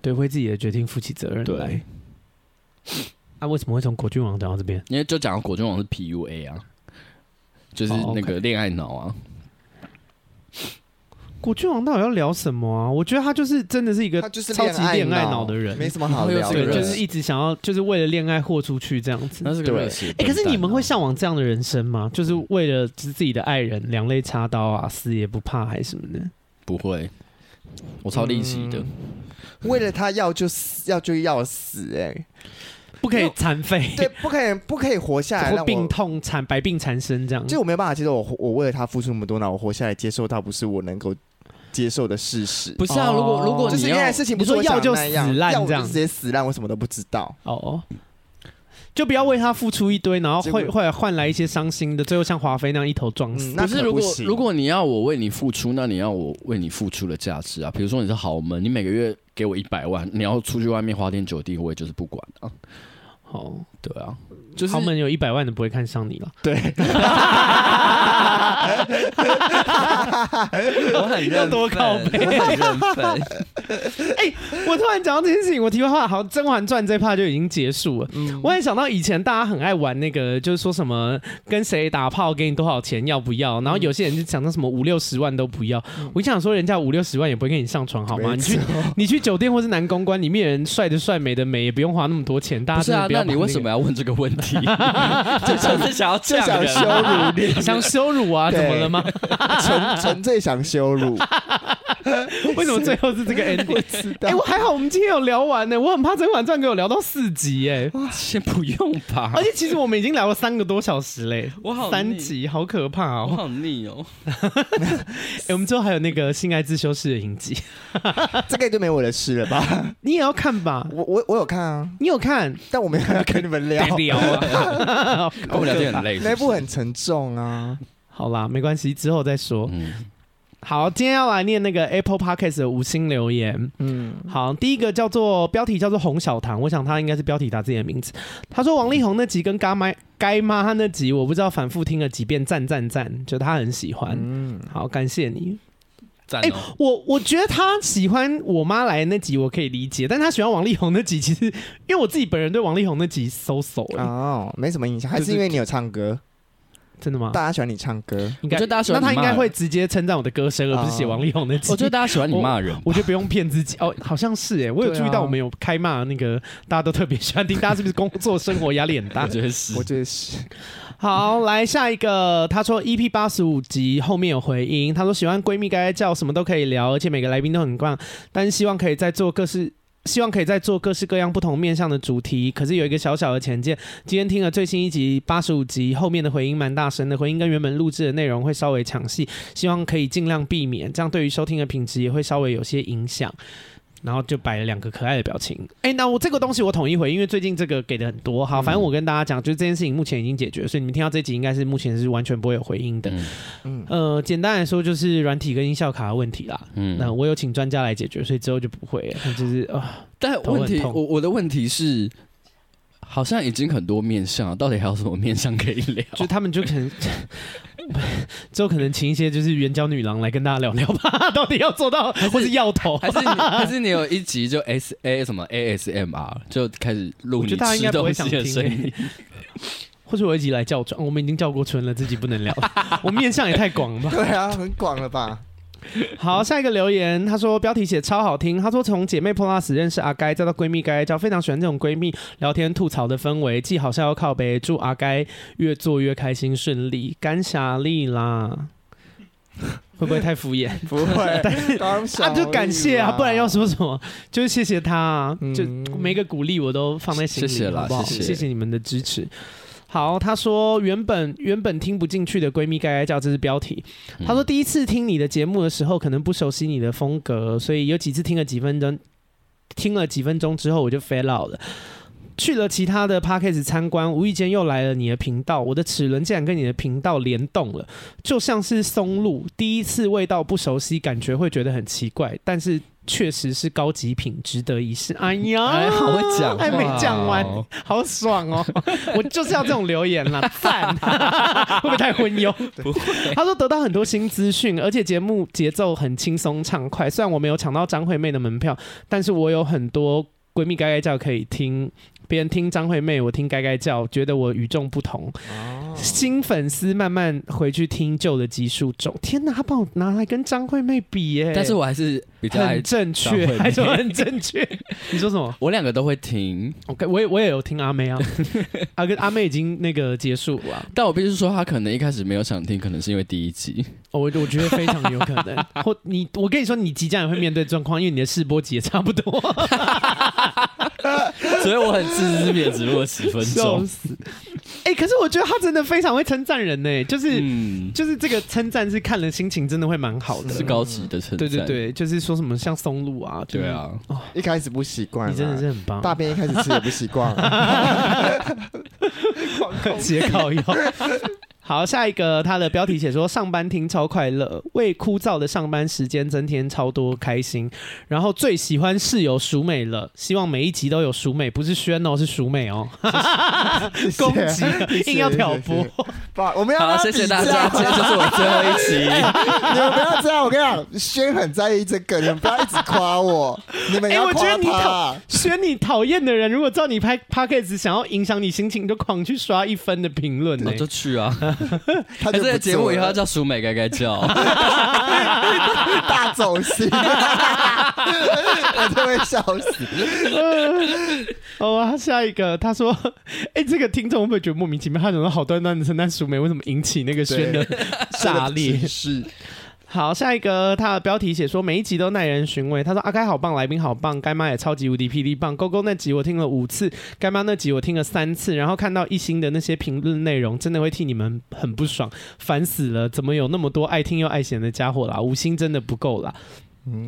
对为自己的决定负起责任
对
来。啊，为什么会从国君王讲到这边？
因为就讲到果郡王是 PUA 啊，就是
哦，OK
那个恋爱脑啊。
国君王到底要聊什么啊？我觉得他就是真的是一个
他就是
超级恋爱脑的人
没什么好聊
这
的
对，
个人
就是一直想要就是为了恋爱豁出去这样子。
那是个
对
热血
哎、
笨
可
蛋啊、
是你们会向往这样的人生吗？就是为了就是自己的爱人两肋插刀啊，死也不怕还是什么的？
不会？我超利息的，
为了他要就死，要就要死、 哎，
不可以残废，
对，不可以，不可以活 下来，
或
让
病
我。
痛缠百病缠身这样。
就我没有办法接受我，我为了他付出那么多，那我活下来接受到不是我能够接受的事实。
不是啊？如果如果
就是
你
恋
要
爱事情，不
你
是
说
我想
要就
的那样
死烂
要我
这
就
样
直接死烂，我什么都不知道。
哦，就不要为他付出一堆，然后
结果
会会换来一些伤心的，最后像华妃那样一头撞死。
嗯，那
不是
可
如果
行
如果你要我为你付出，那你要我为你付出的价值啊。比如说你是豪门，你每个月给我一百万，你要出去外面花天酒地，我也就是不管啊。
好，
对啊，就是
他们有一百万的不会看上你了。
对，我很认
要多
份
靠背
我很认份。
我突然讲到这件事情，我题外话，好像《甄嬛传》这一趴就已经结束了。
嗯
我也想到以前大家很爱玩那个，就是说什么跟谁打炮给你多少钱，要不要？然后有些人就讲到什么五六十万都不要。
嗯
我想说，人家五六十万也不会跟你上床好吗？
没
你
错
去 你去酒店或是男公关，里面有人帅的帅，美的美，也不用花那么多钱。大
不
家
是
真的
啊，
不要
那
把
你
个
为什么要问这个问题？这 就是想要这
就
样的
想羞辱你，
想羞辱啊？
对
怎么了吗？
纯纯粹想羞辱。
为什么最后是 这个 ending？
知道
哎、我还好，我们今天有聊完呢。我很怕《甄嬛传》给我聊到四集哎、
先不用吧
而。且其实我们已经聊了三个多小时嘞，
我好
三
腻
集，哎好可怕
我
哦！
好腻哦！
哎、我们之后还有那个性爱自修室的影集，
这个就没我的事了吧？
你也要看吧？
我我我有看啊，
你有看？
但我没有要跟 你们聊，
聊啊，跟我们聊天很累。
那部很沉 重啊。
好啦，没关系，之后再说。
嗯，
好，今天要来念那个 Apple Podcast 的五星留言。
嗯，
好，第一个叫做标题叫做洪小棠，我想他应该是标题打自己的名字。他说王力宏那集跟嘎麦该妈他那集，我不知道反复听了几遍，赞赞赞，就他很喜欢。
嗯
好，感谢你。
赞
哎、
哦！
我我觉得他喜欢我妈来那集，我可以理解，但他喜欢王力宏那集， 其实因为我自己本人对王力宏那集 so so 哎、
哦，没什么印象，还是因为你有唱歌，
真的吗？
大家喜欢你唱歌。
应该
我觉得大家喜欢
那他
你
应
骂
该
人
会直接称赞我的啊歌声，而不是写王力宏那集。
我觉得大家喜欢你骂人吧，
我觉得不用骗自 己哦，好像是哎，我有
对啊
注意到我们有开骂那个，大家都特别喜欢听，大家是不是工作生活压力很大
我？觉得是
我。觉得 是，
好，来下一个，他说 EP 八十五集后面有回音，他说喜欢闺蜜该叫什么都可以聊，而且每个来宾都很棒，但是希望可以再做各式。希望可以再做各式各样不同面向的主题，可是有一个小小的浅见，今天听了最新一集八十五集，后面的回音蛮大声的，回音跟原本录制的内容会稍微抢戏，希望可以尽量避免，这样对于收听的品质也会稍微有些影响。然后就摆了两个可爱的表情。哎，那我这个东西我统一回，因为最近这个给的很多。好，反正我跟大家讲，就是这件事情目前已经解决，所以你们听到这集应该是目前是完全不会有回应的。
嗯
嗯，
呃，简单来说就是软体跟音效卡的问题啦。
嗯
那我有请专家来解决，所以之后就不会了。就是啊、
但
头很
问题，
痛
我我的问题是，好像已经很多面相了，到底还有什么面相可以聊？
就他们就可能 之后可能请一些就是援交女郎来跟大家聊聊吧， 到底要做到或是要头。
还是你还是你有一集就 S A 什么 A S M R 就开始录
我觉得
你
大家应该
吃
不会想
东西
听、
的声
欸
音，
或者我一起来叫床，我们已经叫过春了，自己不能聊了，我面相也太广了吧。
对啊，很广 了吧？
好，下一个留言，他说标题写超好听，他说从姐妹 Plus 认识阿该，再到闺蜜该叫，非常喜欢这种闺蜜聊天吐槽的氛围，既好笑又靠北。祝阿该越做越开心顺利，干霞丽啦， 会不会太敷衍？
不会，刚
啊，就感谢啊，不然要
说
说什么？就是谢谢他、啊，
嗯
就每个鼓励我都放在心里，
谢谢啦
好不好？
谢谢
你们的支持。好，他说原本原本听不进去的闺蜜该该叫，这是标题。
嗯
他说第一次听你的节目的时候，可能不熟悉你的风格，所以有几次听了几分钟，听了几分钟之后我就 fail out 了。去了其他的 p a c k a g e 参观，无意间又来了你的频道，我的齿轮竟然跟你的频道联动了。就像是松露，第一次味道不熟悉，感觉会觉得很奇怪，但是确实是高级品，值得一试。哎呀，
哎好会讲话
还没讲完
哦，
好爽 哦！我就是要这种留言啦，赞，会不会太昏庸？
不会。
他说得到很多新资讯，而且节目节奏很轻松畅快。虽然我没有抢到张惠妹的门票，但是我有很多闺蜜该该叫可以听。别人听张惠妹，我听该该叫，觉得我与众不同。
哦
新粉丝慢慢回去听旧的集数中，天哪，他把我拿来跟张惠妹比耶、
但是我还是比较爱
很，正
张
确，
惠妹
还说很正确。你说什么
我两个都会听，
？OK，我也我也有听阿妹啊，阿跟阿妹已经那个结束了啊、
但我必须说，他可能一开始没有想听，可能是因为第一集。
哦，我我觉得非常有可能， 或你，我跟你说，你即将也会面对状况，因为你的试播集也差不多，
所以我很自知免只录了十分
笑
钟。
死。哎、可是我觉得他真的非常会称赞人呢、就是、
嗯，
就是这个称赞是看了心情真的会蛮好的，
是高级的称赞。
对对，对，就是说什么像松露啊，就是
对，啊，
一开始不习惯啊，
你真的是很棒，
大便一开始吃也不习惯啊，
节烤腰。好，下一个它的标题写说上班听超快乐，为枯燥的上班时间增添超多开心。然后最喜欢室友淑美了，希望每一集都有淑美，不是轩哦，是淑美哦。 攻击
谢谢
硬要挑拨，
谢谢不，我们要
好，
拉
谢
比
谢大家，
较
今天就是我最后一期。
你们不要这样，我跟你讲，轩很在意这个，你们不要一直 夸我，你们也
哎、
要
我觉
夸
得你
他
讨。选你讨厌的人，如果知道你拍 p o c a s t 想要影响你心情，你就狂去刷一分的评论呢
我。就去 啊！
他
哎，这
就
个
不
节目
做
以后要
了
叫淑美该该叫，
大 走心， 我就会笑死。
好啊，下一个他说， 哎、这个听众会不会觉得莫名其妙？他怎么好端端的圣诞淑美，为什么引起那个轩的 炸裂？
是
好，下一个他的标题写说每一集都耐人寻味。他说阿开好棒，来宾好棒，干妈也超级无敌霹雳棒。勾勾那集我听了五次，干妈那集我听了三次，然后看到一星的那些评论内容，真的会替你们很不爽，烦死了！怎么有那么多爱听又爱闲的家伙啦？五星真的不够啦。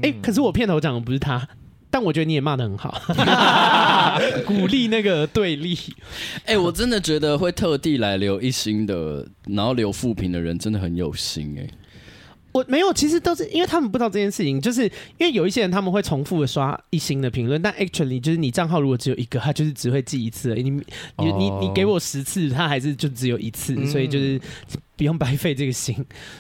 哎、可是我片头讲的不是他。但我觉得你也骂的很好， 鼓励那个对立。
哎、我真的觉得会特地来留一星的，然后留负评的人真的很有心哎、
我没有，其实都是因为他们不知道这件事情，就是因为有一些人他们会重复的刷一星的评论，但 actually 就是你账号如果只有一个，他就是只会记一次而已。你你你
哦嗯
你给我十次，他还是就只有一次，所以就是不用白费这个心。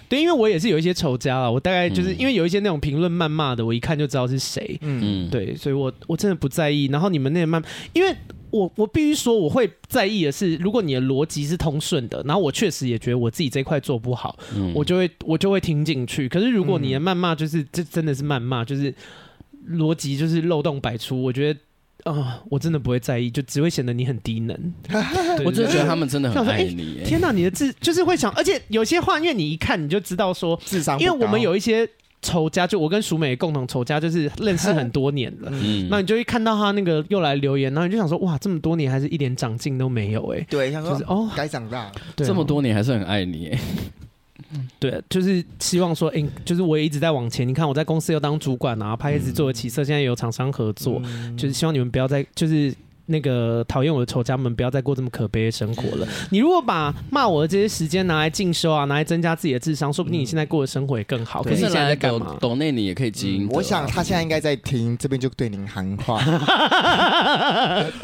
对，因为我也是有一些仇家啊，我大概就是、
嗯
因为有一些那种评论谩骂的，我一看就知道是谁。
嗯，
嗯，，
对，所以我我真的不在意。然后你们那个慢，因为我我必须说，我会在意的是，如果你的逻辑是通顺的，然后我确实也觉得我自己这块做不好，
嗯
我就会我就会听进去。可是如果你的谩骂就是、这真的是谩骂，就是逻辑就是漏洞百出，我觉得。啊、我真的不会在意，就只会显得你很低能。
嗯
对
我真的觉得他
对
们真的很爱你、
对
哎，
天哪，你的字就是会想，而且有些话，因为你一看你就知道说，
智商不
因
高
为我们有一些仇家，就我跟淑美共同仇家，就是认识很多年了。
嗯
那你就会看到他那个又来留言，然后你就想说，哇，这么多年还是一点长进都没有哎、
对，想
就是
说
哦，
该长大，
对啊
这么多年还是很爱你、哎
对，就是希望说，哎、就是我也一直在往前。你看我在公司又当主管啊，拍一直做得起色，现在也有厂商合作，
嗯
就是希望你们不要再就是。那个讨厌我的仇家们，不要再过这么可悲的生活了。你如果把骂我的这些时间拿来进修啊，拿来增加自己的智商，说不定你现在过的生活也更好。可
可
是你
是
现在
来
在干
抖
嘛？嗯
抖内你也可以基因、
我想，他现在应该在听，这边就对您喊话。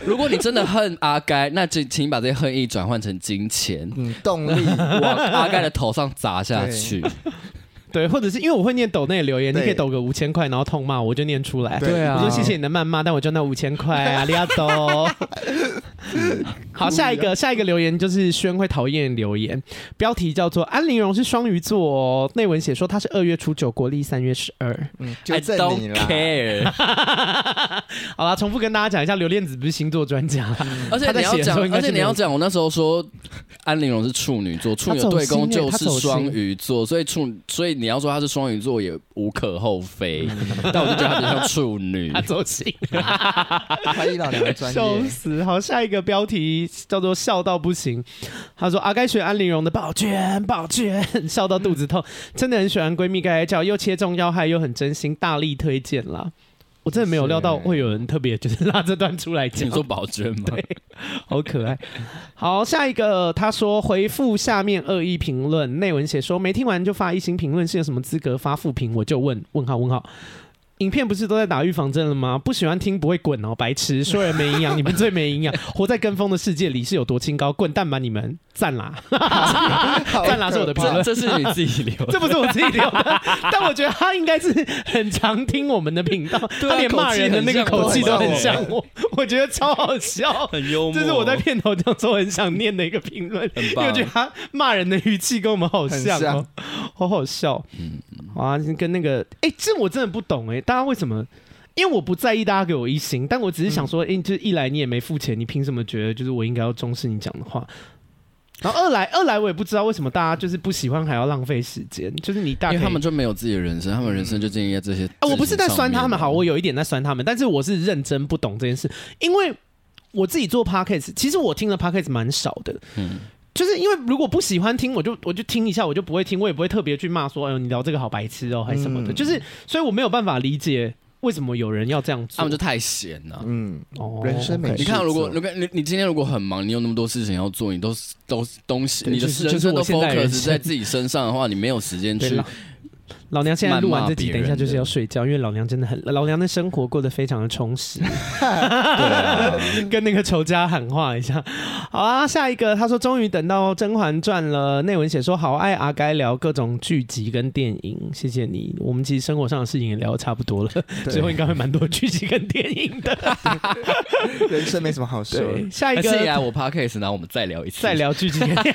如果你真的恨阿该， 那就请把这些恨意转换成 金钱，
嗯，动力，
往阿该的头上砸下去。
对，或者是因为我会念抖内留言，你
对
可以抖个五千块，然后痛骂我，我就念出来。
对 对
啊
我说谢谢你的谩骂，但我就那五千块，阿里亚多。好，下一个下一个留言就是轩会讨厌留言，标题叫做安陵容是双鱼座哦，内文写说她是二月初九，国历三月十二。
嗯，
I
纠正你
don't
啦。
care，
好啦，重复跟大家讲一下，刘恋子不是星座专家啦，
而且
他在
你要
写的时
讲
候应，该
而
是
且你
没有
要讲，我那时候说安陵容是处女座，处女
他走
对
心
宫
耶
就
他
是
走心
双鱼座，所以处所以你要说她是双鱼座也无可厚非，但我就觉得她比较像处女
嗯 他。走心。
怀啊疑老娘的专
笑
业。
死！好，下一个标题叫做“笑到不行”。他说：“阿该学安陵容的宝娟，宝娟笑到肚子 痛，真的很喜欢闺蜜该该叫，又切中要害，又很真心，大力推荐啦。”我真的没有料到会有人特别就是拉这段出来讲
你，说保证吗？
好可爱。好，下一个他说回复下面恶意评论，内文写说没听完就发一星评论是有什么资格发负评？我就问问号问号。影片不是都在打预防针了吗？不喜欢听不会滚哦，白痴！说人没营养，你们最没营养，活在跟风的世界里是有多清高？滚蛋吧你们！赞啦， 赞啦是我的评
这
论。
这是你自己留的，
这不是我自己留的，但我觉得他应该是很常听我们的频道，
对啊
他连骂人的那个口
口
气
气
都
很像我
很像我，我觉得超好笑。
很幽默
这是我在片头当中很想念的一个评论，
很
因为
棒
我觉得他骂人的语气跟我们好像
很
哦
像，
好好笑。
嗯
哇，跟那个，哎、这我真的不懂哎、大家为什么？因为我不在意大家给我一星，但我只是想
嗯
说，哎、就是一来你也没付钱，你凭什么觉得就是我应该要重视你讲的话？然后二来，二来我也不知道为什么大家就是不喜欢还要浪费时间，就是你大
因
概
为他们就没有自己的人生，他们人生就建立在这些。
啊，我不是在酸他们，好，
好，
我有一点在酸他们，但是我是认真不懂这件事，因为我自己做 podcast，其实我听的 podcast 蛮少的，
嗯
就是因为如果不喜欢听，我就我就听一下，我就哦不会听，我也不会特别去骂说，哎呦，你聊这个好白痴哦、还是什么的，
嗯
就是，所以我没有办法理解。为什么有人要这样做？
他们就太闲了、
嗯，
哦
人生美
，OK
你看，如果
是
如果你你今天如果很忙，你有那么多事情要做，你都是都是东西，
对
你的
就是
人
就是
生
我
都
现在人
focus
生
在自己身上的话，你没有时间
对
去
老老娘现在录完这集，
谩骂别
等一下就是
人的
要睡觉，因为老娘真的很，老娘的生活过得非常的充实。
啊
跟那个仇家喊话一下。好啊，下一个他说终于等到《甄嬛传》了，内文写说好爱阿该聊各种剧集跟电影，谢谢你。我们其实生活上的事情也聊得差不多了， 之后应该会蛮多剧集跟电影的。
人生没什么好说。
对，下一
还是你来
个。
我 podcast，然后我们再聊一次，
再聊剧集 跟电影，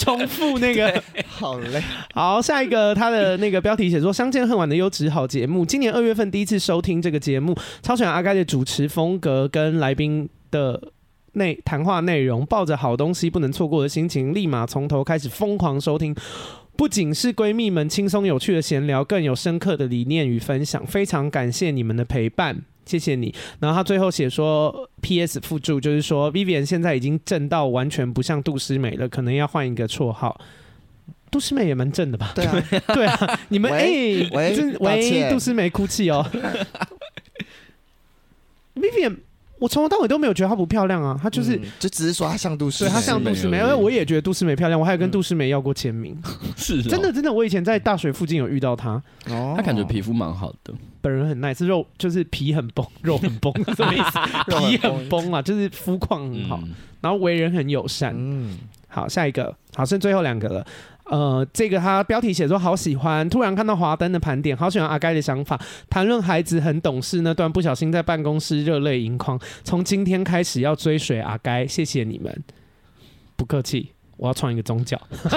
重复那个
好嘞，
好，下一个他的那个标题写说“相见恨晚的优质好节目”，今年二月份第一次收听这个节目，超喜欢阿该的主持风格跟来宾的。内谈话内容，抱着好东西不能错过的心情，立马从头开始疯狂收听。不仅是闺蜜们轻松有趣的闲聊，更有深刻的理念与分享。非常感谢你们的陪伴，谢谢你。然后他最后写说，P.S. 附注就是说，Vivian 现在已经正到完全不像杜诗美了，可能要换一个绰号。杜诗美也蛮正的吧？
对啊，
对啊，你们哎、
喂喂
真
道
喂，
歉
杜思梅哭泣哦。Vivian，我从头到尾都没有觉得她不漂亮啊，她就是，
嗯就只是说他像杜诗
对
梅，
她像杜思梅，因为我也觉得杜思梅漂亮，我还有跟杜思梅要过签名，
是哦
真的，真的，我以前在大学附近有遇到她，
哦
他感觉皮肤蛮好的，
本人很 nice，肉就是皮很绷，肉很绷，什么意思？
肉很
皮很绷啊，就是肤况很好，
嗯
然后为人很友善，
嗯，
好，下一个，好，剩最后两个了。呃，这个他标题写说好喜欢，突然看到华灯的盘点，好喜欢阿该的想法，谈论孩子很懂事那段，不小心在办公室热泪盈眶。从今天开始要追随阿该，谢谢你们，不客气。我要创一个宗 教，
什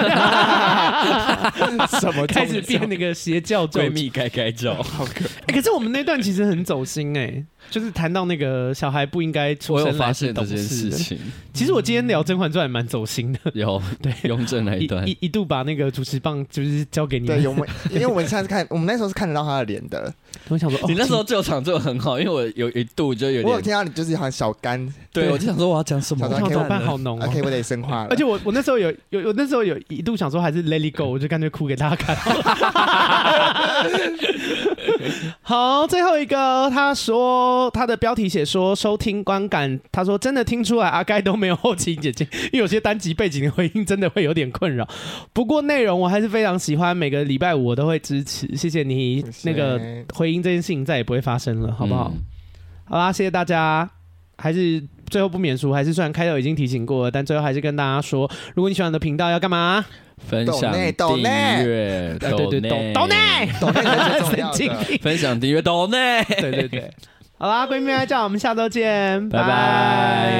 么
开始变那个邪教咒
闺
语。
蜜该该 照。
好可
哎、可是我们那段其实很走心哎、就是谈到那个小孩不应该出
我有
生来
发
是
现这
懂
件
事
事
的。
情，
其实我今天聊《甄嬛传》也蛮走心的，
有
对
雍正那
一
一段，
一一度把那个主持棒就是交给你们
对，我们因为我们现在看，我们那时候是看得到他的脸的。
我想说，哦
你那时候救场做的很好，因为我有一度就有
我有
点，
听到你就是好像小干，
对我就想说我要讲什么，
小
我
张
想
可以
说
我
我办好浓
啊，
哦
可。以我得生化了。
而且我我那时候有有我那时候有一度想说还是 Let It Go，我就干脆哭给大家看。 好，最后一个，他说他的标题写说收听观感，他说真的听出来阿该都没有后期剪辑，因为有些单集背景的回音真的会有点困扰。不过内容我还是非常喜欢，每个礼拜五我都会支持，谢谢你。
谢
那
谢
个回音这件事情再也不会发生了，好不
嗯
好？好啦，谢谢大家。还是最后不免俗，还是虽然开头已经提醒过了，但最后还是跟大家说，如果你喜欢我的频道，要干嘛？
嗯？分享、
抖内
订
抖内
啊
阅、
对对，
内
懂懂内，
懂 那才是重
神
要
经
的。
病。
分享、订阅、抖内。
对对对，好啦，闺蜜爱叫，我们下周见，
拜拜
嗯